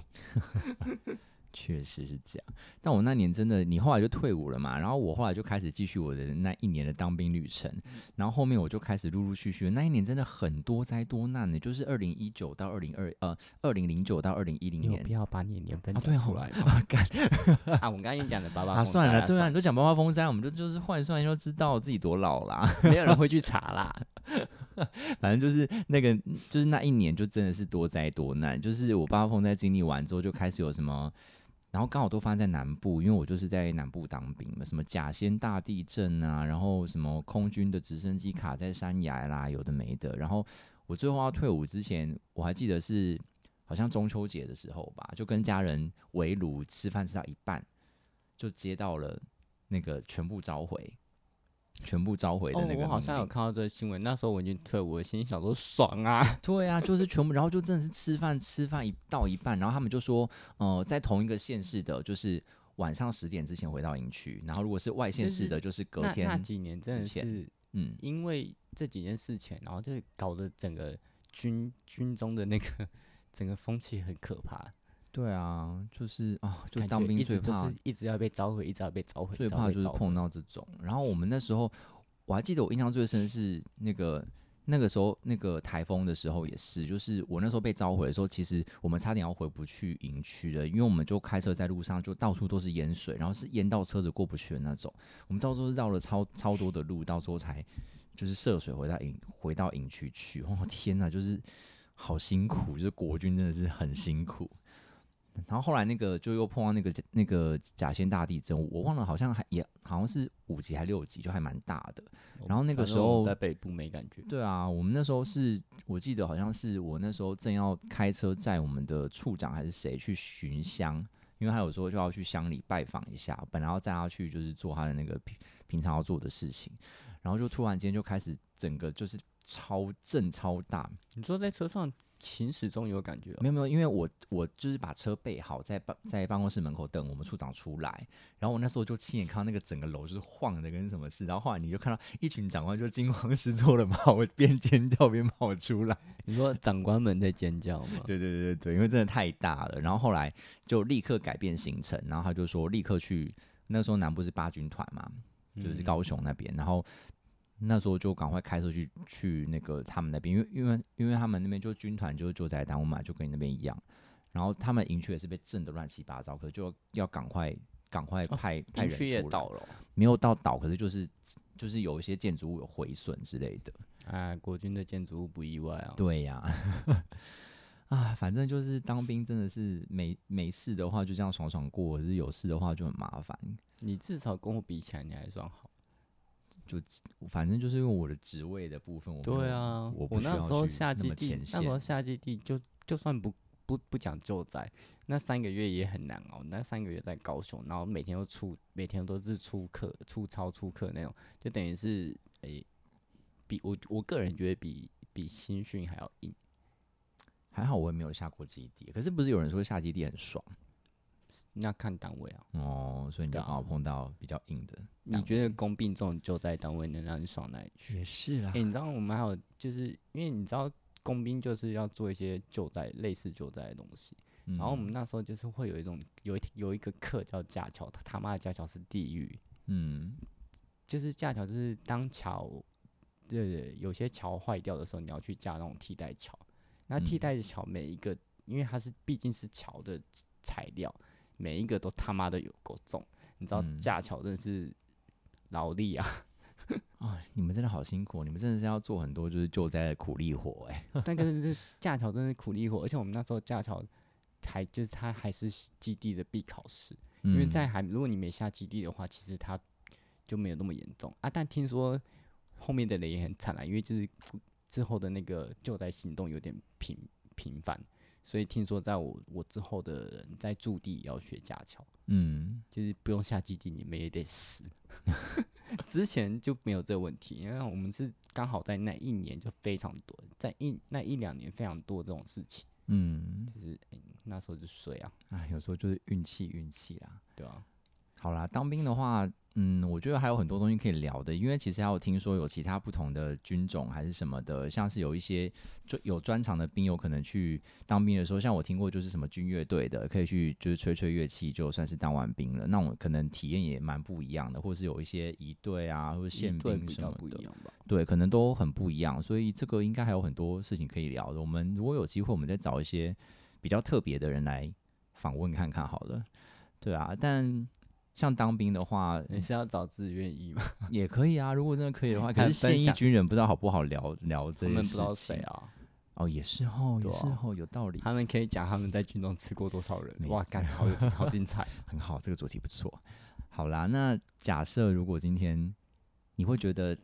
Speaker 2: 确实是这样。但我那年真的，你后来就退伍了嘛，然后我后来就开始继续我的那一年的当兵旅程，
Speaker 1: 嗯
Speaker 2: 然后后面我就开始陆陆续续，那一年真的很多灾多难呢，就是二零一九到二零二呃二零零九到二零一 零
Speaker 1: 你有必
Speaker 2: 年。
Speaker 1: 要把你的年份
Speaker 2: 啊
Speaker 1: 讲
Speaker 2: 对哦
Speaker 1: 出来 吗？
Speaker 2: 干
Speaker 1: 啊，我们刚刚已经讲的八八
Speaker 2: 啊，
Speaker 1: 公
Speaker 2: 算
Speaker 1: 仔
Speaker 2: 了，对啊，
Speaker 1: 算
Speaker 2: 你都讲八八风灾，我们就就是换算就知道自己多老啦。
Speaker 1: 没有人会去查啦。
Speaker 2: 反正就是那个，就是那一年就真的是多灾多难。就是我八八风灾经历完之后，就开始有什么，然后刚好都发生在南部，因为我就是在南部当兵嘛，什么甲仙大地震啊，然后什么空军的直升机卡在山崖啦，有的没的。然后我最后要退伍之前，我还记得是好像中秋节的时候吧，就跟家人围炉吃饭吃到一半，就接到了那个全部召回。全部召回的
Speaker 1: 哦
Speaker 2: 那个、，
Speaker 1: 我好像有看到这个新闻，那时候我已经退伍了，心里想说爽 啊，
Speaker 2: 对啊，就是全部，然后就真的是吃饭吃饭一到一半，然后他们就说，呃，在同一个县市的，就是晚上十点之前回到营区，然后如果是外县
Speaker 1: 就
Speaker 2: 市
Speaker 1: 是
Speaker 2: 的，就是隔
Speaker 1: 那那
Speaker 2: 天，
Speaker 1: 几年真的
Speaker 2: 之前
Speaker 1: 是
Speaker 2: 嗯，
Speaker 1: 因为这几件事情，然后就搞得整个军军中的那个整个风气很可怕，
Speaker 2: 对啊，就是啊，就
Speaker 1: 感
Speaker 2: 当
Speaker 1: 觉
Speaker 2: 兵
Speaker 1: 一
Speaker 2: 最
Speaker 1: 直就
Speaker 2: 怕
Speaker 1: 是一直要被召回，一直要被召回，
Speaker 2: 最
Speaker 1: 召
Speaker 2: 怕
Speaker 1: 回
Speaker 2: 就是
Speaker 1: 召回
Speaker 2: 碰到这种。然后我们那时候，我还记得我印象最深是那个那个时候那个台风的时候也是，就是我那时候被召回的时候，其实我们差点要回不去营区了，因为我们就开车在路上就到处都是淹水，然后是淹到车子过不去的那种。我们到时候绕了超超多的路，到时候才就是涉水回到营回到营区去。哦天哪，就是好辛苦，就是国军真的是很辛苦。然后后来那个就又碰到那个那个甲仙大地震，我忘了好像还也好像是五级还六级，就还蛮大的。然后那个
Speaker 1: 反
Speaker 2: 时
Speaker 1: 正我
Speaker 2: 候
Speaker 1: 在北部没感觉，
Speaker 2: 对啊，我们那时候是我记得好像是我那时候正要开车载我们的处长还是谁去巡乡，因为他有时候就要去乡里拜访一下，本来要载他去就是做他的那个平平常要做的事情，然后就突然间就开始整个就是超震超大，
Speaker 1: 你说在车上行驶中有感觉、哦，
Speaker 2: 没有没有，因为我我就是把车备好，在办在办公室门口等我们处长出来。然后我那时候就亲眼看到那个整个楼就是晃的跟什么似，然后后来你就看到一群长官就惊慌失措的把我边尖叫边跑出来。
Speaker 1: 你说长官们在尖叫吗？
Speaker 2: 对对对对对，因为真的太大了。然后后来就立刻改变行程，然后他就说立刻去。那时候南部是八军团嘛，就是
Speaker 1: 嗯
Speaker 2: 高雄那边，然后那时候就赶快开车去去那个他们那边，因为因为因为他们那边就军团就是救灾单位嘛，就跟你那边一样，然后他们营区也是被震得乱七八糟，可是就要赶快赶快
Speaker 1: 哦
Speaker 2: 派、派
Speaker 1: 营
Speaker 2: 人出
Speaker 1: 区也
Speaker 2: 来
Speaker 1: 倒了哦、
Speaker 2: 没有到岛，可是就是就是有一些建筑物有毁损之类的。
Speaker 1: 啊，国军的建筑物不意外啊。
Speaker 2: 对呀、 啊，反正就是当兵真的是没没事的话就这样爽爽过，可是有事的话就很麻烦。
Speaker 1: 你至少跟我比起来，你还算好。
Speaker 2: 反正就是因为我的职位的部分，我没有
Speaker 1: 对啊，
Speaker 2: 我
Speaker 1: 我
Speaker 2: 不需
Speaker 1: 那
Speaker 2: 要
Speaker 1: 时候
Speaker 2: 去
Speaker 1: 夏
Speaker 2: 那
Speaker 1: 基
Speaker 2: 么
Speaker 1: 地
Speaker 2: 前，
Speaker 1: 那时候
Speaker 2: 线
Speaker 1: 夏基地就就算不不不讲救灾，那三个月也很难熬。那三个月在高雄，然后每天都出，每天都是出课、出操、出课那种，就等于是诶、比我我个人觉得比比新训还要硬。
Speaker 2: 还好我也没有下过基地，可是不是有人说下基地很爽
Speaker 1: 那看单位啊，
Speaker 2: 哦，所以你就
Speaker 1: 对啊
Speaker 2: 刚好碰到比较硬的。
Speaker 1: 你觉得公病这种救灾单位能让你爽哪里去？
Speaker 2: 也是啦
Speaker 1: 哎、你知道我们还有就是因为你知道工兵就是要做一些救灾类似救灾的东西，
Speaker 2: 嗯
Speaker 1: 然后我们那时候就是会有一种有一有一个课叫架桥，他他妈的架桥是地狱，
Speaker 2: 嗯，
Speaker 1: 就是架桥就是当桥，对对，有些桥坏掉的时候，你要去架那种替代桥。那替
Speaker 2: 嗯
Speaker 1: 代的桥每一个，因为它是毕竟是桥的材料，每一个都他妈的有够重，你知道
Speaker 2: 嗯
Speaker 1: 架桥真的是劳力 啊，
Speaker 2: 啊、你们真的好辛苦，你们真的是要做很多就是救灾的苦力活哎、
Speaker 1: 那个是架桥真是苦力活，而且我们那时候架桥还就是它还是基地的必考试，因为
Speaker 2: 嗯
Speaker 1: 在还如果你没下基地的话，其实它就没有那么严重啊。但听说后面的人也很惨啊，因为就是之后的那个救灾行动有点频频繁，所以听说在我我之后的人在驻地也要学架桥，
Speaker 2: 嗯
Speaker 1: 就是不用下基地你们也得死。 之前就没有这个问题，因为我们是刚好在那一年就非常多，在一那一两年非常多这种事情，哎
Speaker 2: 嗯，
Speaker 1: 那时候就衰啊，
Speaker 2: 哎，有时候就是运气运气啦。
Speaker 1: 对啊，
Speaker 2: 好啦，当兵的话，嗯，我觉得还有很多东西可以聊的，因为其实还有听说有其他不同的军种还是什么的，像是有一些专有专长的兵，有可能去当兵的时候，像我听过就是什么军乐队的，可以去就是吹吹乐器，就算是当完兵了，那种可能体验也蛮不一样的，或是有一些仪队啊，或者宪
Speaker 1: 对
Speaker 2: 兵
Speaker 1: 比
Speaker 2: 什么
Speaker 1: 较
Speaker 2: 的，
Speaker 1: 不一样吧。
Speaker 2: 对，可能都很不一样，所以这个应该还有很多事情可以聊的。我们如果有机会，我们再找一些比较特别的人来访问看看好了。对啊，但像当兵的话
Speaker 1: 你是要找志愿役吗？
Speaker 2: 也可以啊，如果真的可以的话，可
Speaker 1: 还
Speaker 2: 是
Speaker 1: 有 分
Speaker 2: 现役
Speaker 1: 享
Speaker 2: 军人不知道好不好聊聊这
Speaker 1: 他
Speaker 2: 些
Speaker 1: 们
Speaker 2: 事
Speaker 1: 不知
Speaker 2: 情。
Speaker 1: 道谁啊，
Speaker 2: 哦，也是哦，也
Speaker 1: 对
Speaker 2: 是
Speaker 1: 啊
Speaker 2: 哦，有道理。
Speaker 1: 他们可以讲他们在军中吃过多少人
Speaker 2: 没。
Speaker 1: 哇，感好有好精 彩。
Speaker 2: 很好，这个主题不错。好啦，那假设如果今天你会觉得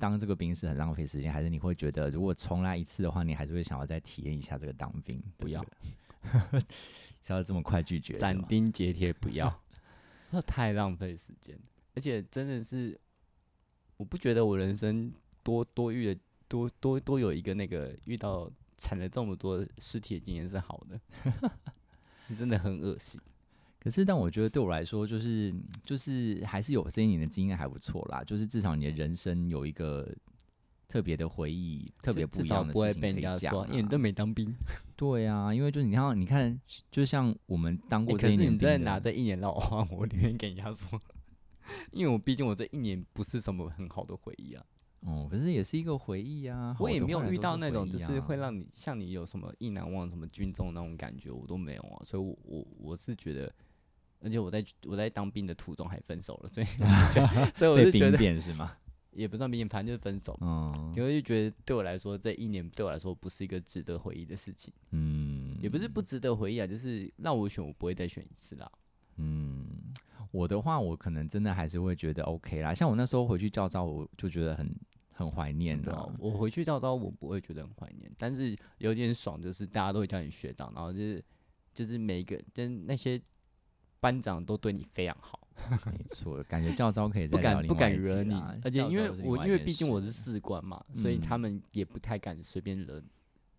Speaker 2: 当这个兵是很浪费时间，还是你会觉得如果重来一次的话，你还是会想要再体验一下这个当兵？
Speaker 1: 不要，
Speaker 2: 想要这么快拒绝？
Speaker 1: 斩钉截铁不要， 那太浪费时间，而且真的是，我不觉得我人生多多遇的多多多有一个那个遇到产了这么多尸体的经验是好 的，真的很恶心。
Speaker 2: 可是，但我觉得对我来说，就是就是还是有这一年的经验还不错啦，就是至少你的人生有一个特别的回忆，特
Speaker 1: 就
Speaker 2: 别
Speaker 1: 至
Speaker 2: 不一
Speaker 1: 少
Speaker 2: 样的
Speaker 1: 不会
Speaker 2: 事情可
Speaker 1: 被人
Speaker 2: 以
Speaker 1: 家
Speaker 2: 讲
Speaker 1: 说，
Speaker 2: 啊
Speaker 1: 因为你都没当兵。
Speaker 2: 对啊，因为就是你看，你看，就像我们当
Speaker 1: 欸
Speaker 2: 过
Speaker 1: 可
Speaker 2: 这一
Speaker 1: 是
Speaker 2: 年
Speaker 1: 你
Speaker 2: 兵
Speaker 1: 真
Speaker 2: 的，
Speaker 1: 的拿这一年老花，我宁愿给人家说， 因为我毕竟我这一年不是什么很好的回忆啊。
Speaker 2: 哦，可是也是一个回忆啊。
Speaker 1: 我
Speaker 2: 好
Speaker 1: 也
Speaker 2: 的
Speaker 1: 没有
Speaker 2: 坏的
Speaker 1: 遇
Speaker 2: 都
Speaker 1: 到那种
Speaker 2: 回
Speaker 1: 就
Speaker 2: 忆
Speaker 1: 是
Speaker 2: 啊
Speaker 1: 会让你像你有什么意难忘、什么军中那种感觉，我都没有啊。所以我，我我是觉得，而且我在我在当兵的途中还分手了，所以我觉得 所以我
Speaker 2: 被
Speaker 1: 就觉
Speaker 2: 冰
Speaker 1: 得
Speaker 2: 点是吗？
Speaker 1: 也不算兵变，反正就是分手。
Speaker 2: 嗯
Speaker 1: 因 为就觉得对我来说，这一年对我来说不是一个值得回忆的事情，
Speaker 2: 嗯，
Speaker 1: 也不是不值得回忆啊，就是让我选，我不会再选一次啦。
Speaker 2: 嗯，我的话，我可能真的还是会觉得 OK 啦。像我那时候回去照照，我就觉得很很怀念
Speaker 1: 对
Speaker 2: 的、
Speaker 1: 啊，我回去照招，我不会觉得很怀念，但是有点爽，就是大家都会叫你学长，然后就是就是每一个跟那些班长都对你非常好，
Speaker 2: 没错，感觉照招可以
Speaker 1: 不
Speaker 2: 再聊
Speaker 1: 敢
Speaker 2: 另
Speaker 1: 不
Speaker 2: 外
Speaker 1: 敢
Speaker 2: 一集
Speaker 1: 惹你
Speaker 2: 啦，
Speaker 1: 而且
Speaker 2: 照
Speaker 1: 因为
Speaker 2: 招是另
Speaker 1: 我
Speaker 2: 外
Speaker 1: 因
Speaker 2: 一
Speaker 1: 为
Speaker 2: 件
Speaker 1: 毕竟我
Speaker 2: 事啊
Speaker 1: 是士官嘛，所以他
Speaker 2: 嗯
Speaker 1: 们也不太敢随便惹你，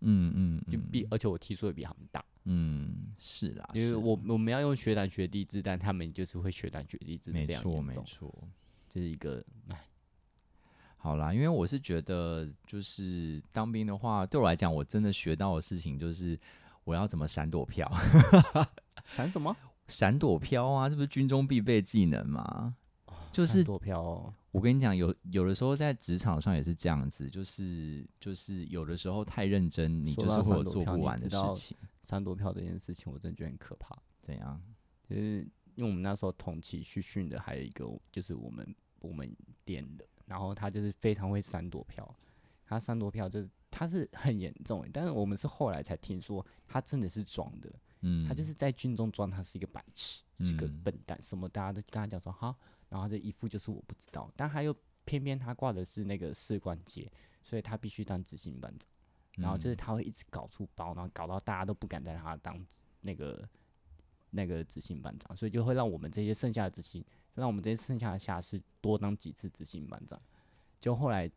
Speaker 2: 嗯嗯
Speaker 1: 就
Speaker 2: 嗯
Speaker 1: 比而且我体术也比他们大，
Speaker 2: 嗯是啦，
Speaker 1: 因为
Speaker 2: 是啦
Speaker 1: 我我们要用学长学弟制，但他们就是会学长学弟制的
Speaker 2: 没
Speaker 1: 非常
Speaker 2: 错
Speaker 1: 严
Speaker 2: 没
Speaker 1: 重，
Speaker 2: 错。
Speaker 1: 就是一个
Speaker 2: 好啦，因为我是觉得，就是当兵的话，对我来讲，我真的学到的事情就是我要怎么闪躲票，
Speaker 1: 闪什么？
Speaker 2: 闪躲飘啊，这不是军中必备技能吗？ 就
Speaker 1: 闪
Speaker 2: 是
Speaker 1: 躲飘哦，
Speaker 2: 我跟你讲，有有的时候在职场上也是这样子，就是就是有的时候太认真，你
Speaker 1: 说
Speaker 2: 就
Speaker 1: 到
Speaker 2: 是会
Speaker 1: 闪
Speaker 2: 有
Speaker 1: 躲
Speaker 2: 做
Speaker 1: 票
Speaker 2: 不
Speaker 1: 你
Speaker 2: 完
Speaker 1: 知
Speaker 2: 的
Speaker 1: 道
Speaker 2: 事情。
Speaker 1: 闪躲飘这件事情，我真的觉得很可怕。
Speaker 2: 怎样？
Speaker 1: 就是因为我们那时候同期去训的还有一个就是我们我们连的，然后他就是非常会闪躲票，他闪躲票就是他是很严重欸，但是我们是后来才听说他真的是装的，
Speaker 2: 嗯，
Speaker 1: 他就是在军中装他是一个白痴，是个
Speaker 2: 嗯
Speaker 1: 笨蛋，什么大家都跟他讲说好，然后这一副就是我不知道，但他又偏偏他挂的是那个士官阶，所以他必须当执行班长。然后就是他会一直搞出包，然后搞到大家都不敢在他当执那个那个执行班长，所以就会让我们这些剩下的执行，让我们这些剩下的下士多当几次执行班长。就后来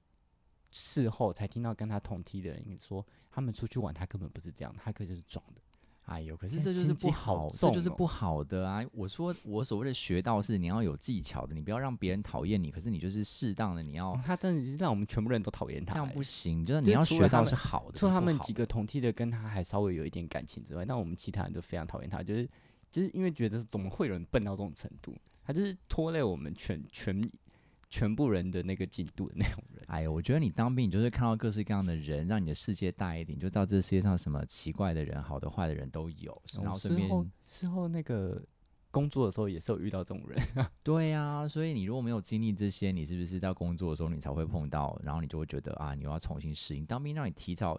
Speaker 1: 事后才听到跟他同梯的人说，他们出去玩他根本不是这样，他可就是装的。
Speaker 2: 哎呦，可是
Speaker 1: 现在
Speaker 2: 这就
Speaker 1: 心
Speaker 2: 是
Speaker 1: 机
Speaker 2: 不
Speaker 1: 好
Speaker 2: 好，这就是
Speaker 1: 重哦
Speaker 2: 不好的啊！我说我所谓的学到是你要有技巧的，你不要让别人讨厌你，可是你就是适当的，你要
Speaker 1: 哦他真的是让我们全部人都讨厌
Speaker 2: 这
Speaker 1: 他、
Speaker 2: 样
Speaker 1: 欸
Speaker 2: 不。行，就是
Speaker 1: 嗯就
Speaker 2: 你要
Speaker 1: 除
Speaker 2: 学
Speaker 1: 了他
Speaker 2: 到
Speaker 1: 们
Speaker 2: 是好的，
Speaker 1: 除了
Speaker 2: 是
Speaker 1: 他
Speaker 2: 不
Speaker 1: 们
Speaker 2: 好
Speaker 1: 几
Speaker 2: 的
Speaker 1: 个同梯的跟他还稍微有一点感情之外，但我们其他人都非常讨厌他，就是就是因为觉得怎么会有人笨到这种程度，他就是拖累我们全全全部人的那个进度的那种 人。
Speaker 2: 哎呦，我觉得你当兵，你就是看到各式各样的人，让你的世界大一点，你就知道这世界上什么奇怪的人，好的坏的人都
Speaker 1: 哦
Speaker 2: 有。然后顺
Speaker 1: 事后
Speaker 2: 便，
Speaker 1: 事后那个工作的时候也是有遇到这种人，
Speaker 2: 对呀、所以你如果没有经历这些，你是不是到工作的时候你才会碰到？然后你就会觉得啊，你又要重新适应。当兵让你提早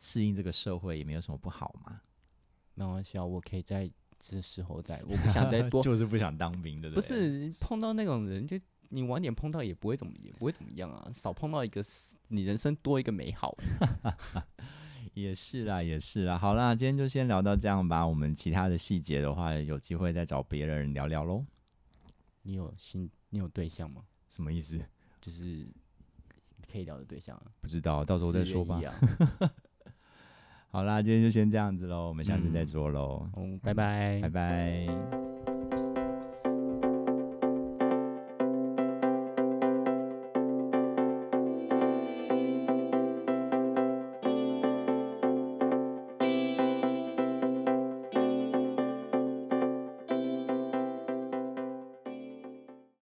Speaker 2: 适应这个社会，也没有什么不好嘛。
Speaker 1: 没关系啊，我可以在这时候再，哎我不想 再多，
Speaker 2: 就是不想当兵，对
Speaker 1: 不？是 碰到那种人就。你晚点碰到也不会怎么，也不会怎么样啊。少碰到一个，你人生多一个美好。
Speaker 2: 也是啦，也是啦。好啦，今天就先聊到这样吧。我们其他的细节的话，有机会再找别人聊聊喽。
Speaker 1: 你有新，你有对象吗？
Speaker 2: 什么意思？
Speaker 1: 就是可以聊的对象、啊。
Speaker 2: 不知道，到时候
Speaker 1: 自
Speaker 2: 再
Speaker 1: 愿
Speaker 2: 说吧
Speaker 1: 意。 啊、
Speaker 2: 好啦，今天就先这样子喽，我们下次再
Speaker 1: 嗯
Speaker 2: 说喽，
Speaker 1: 嗯，拜拜
Speaker 2: 拜。拜。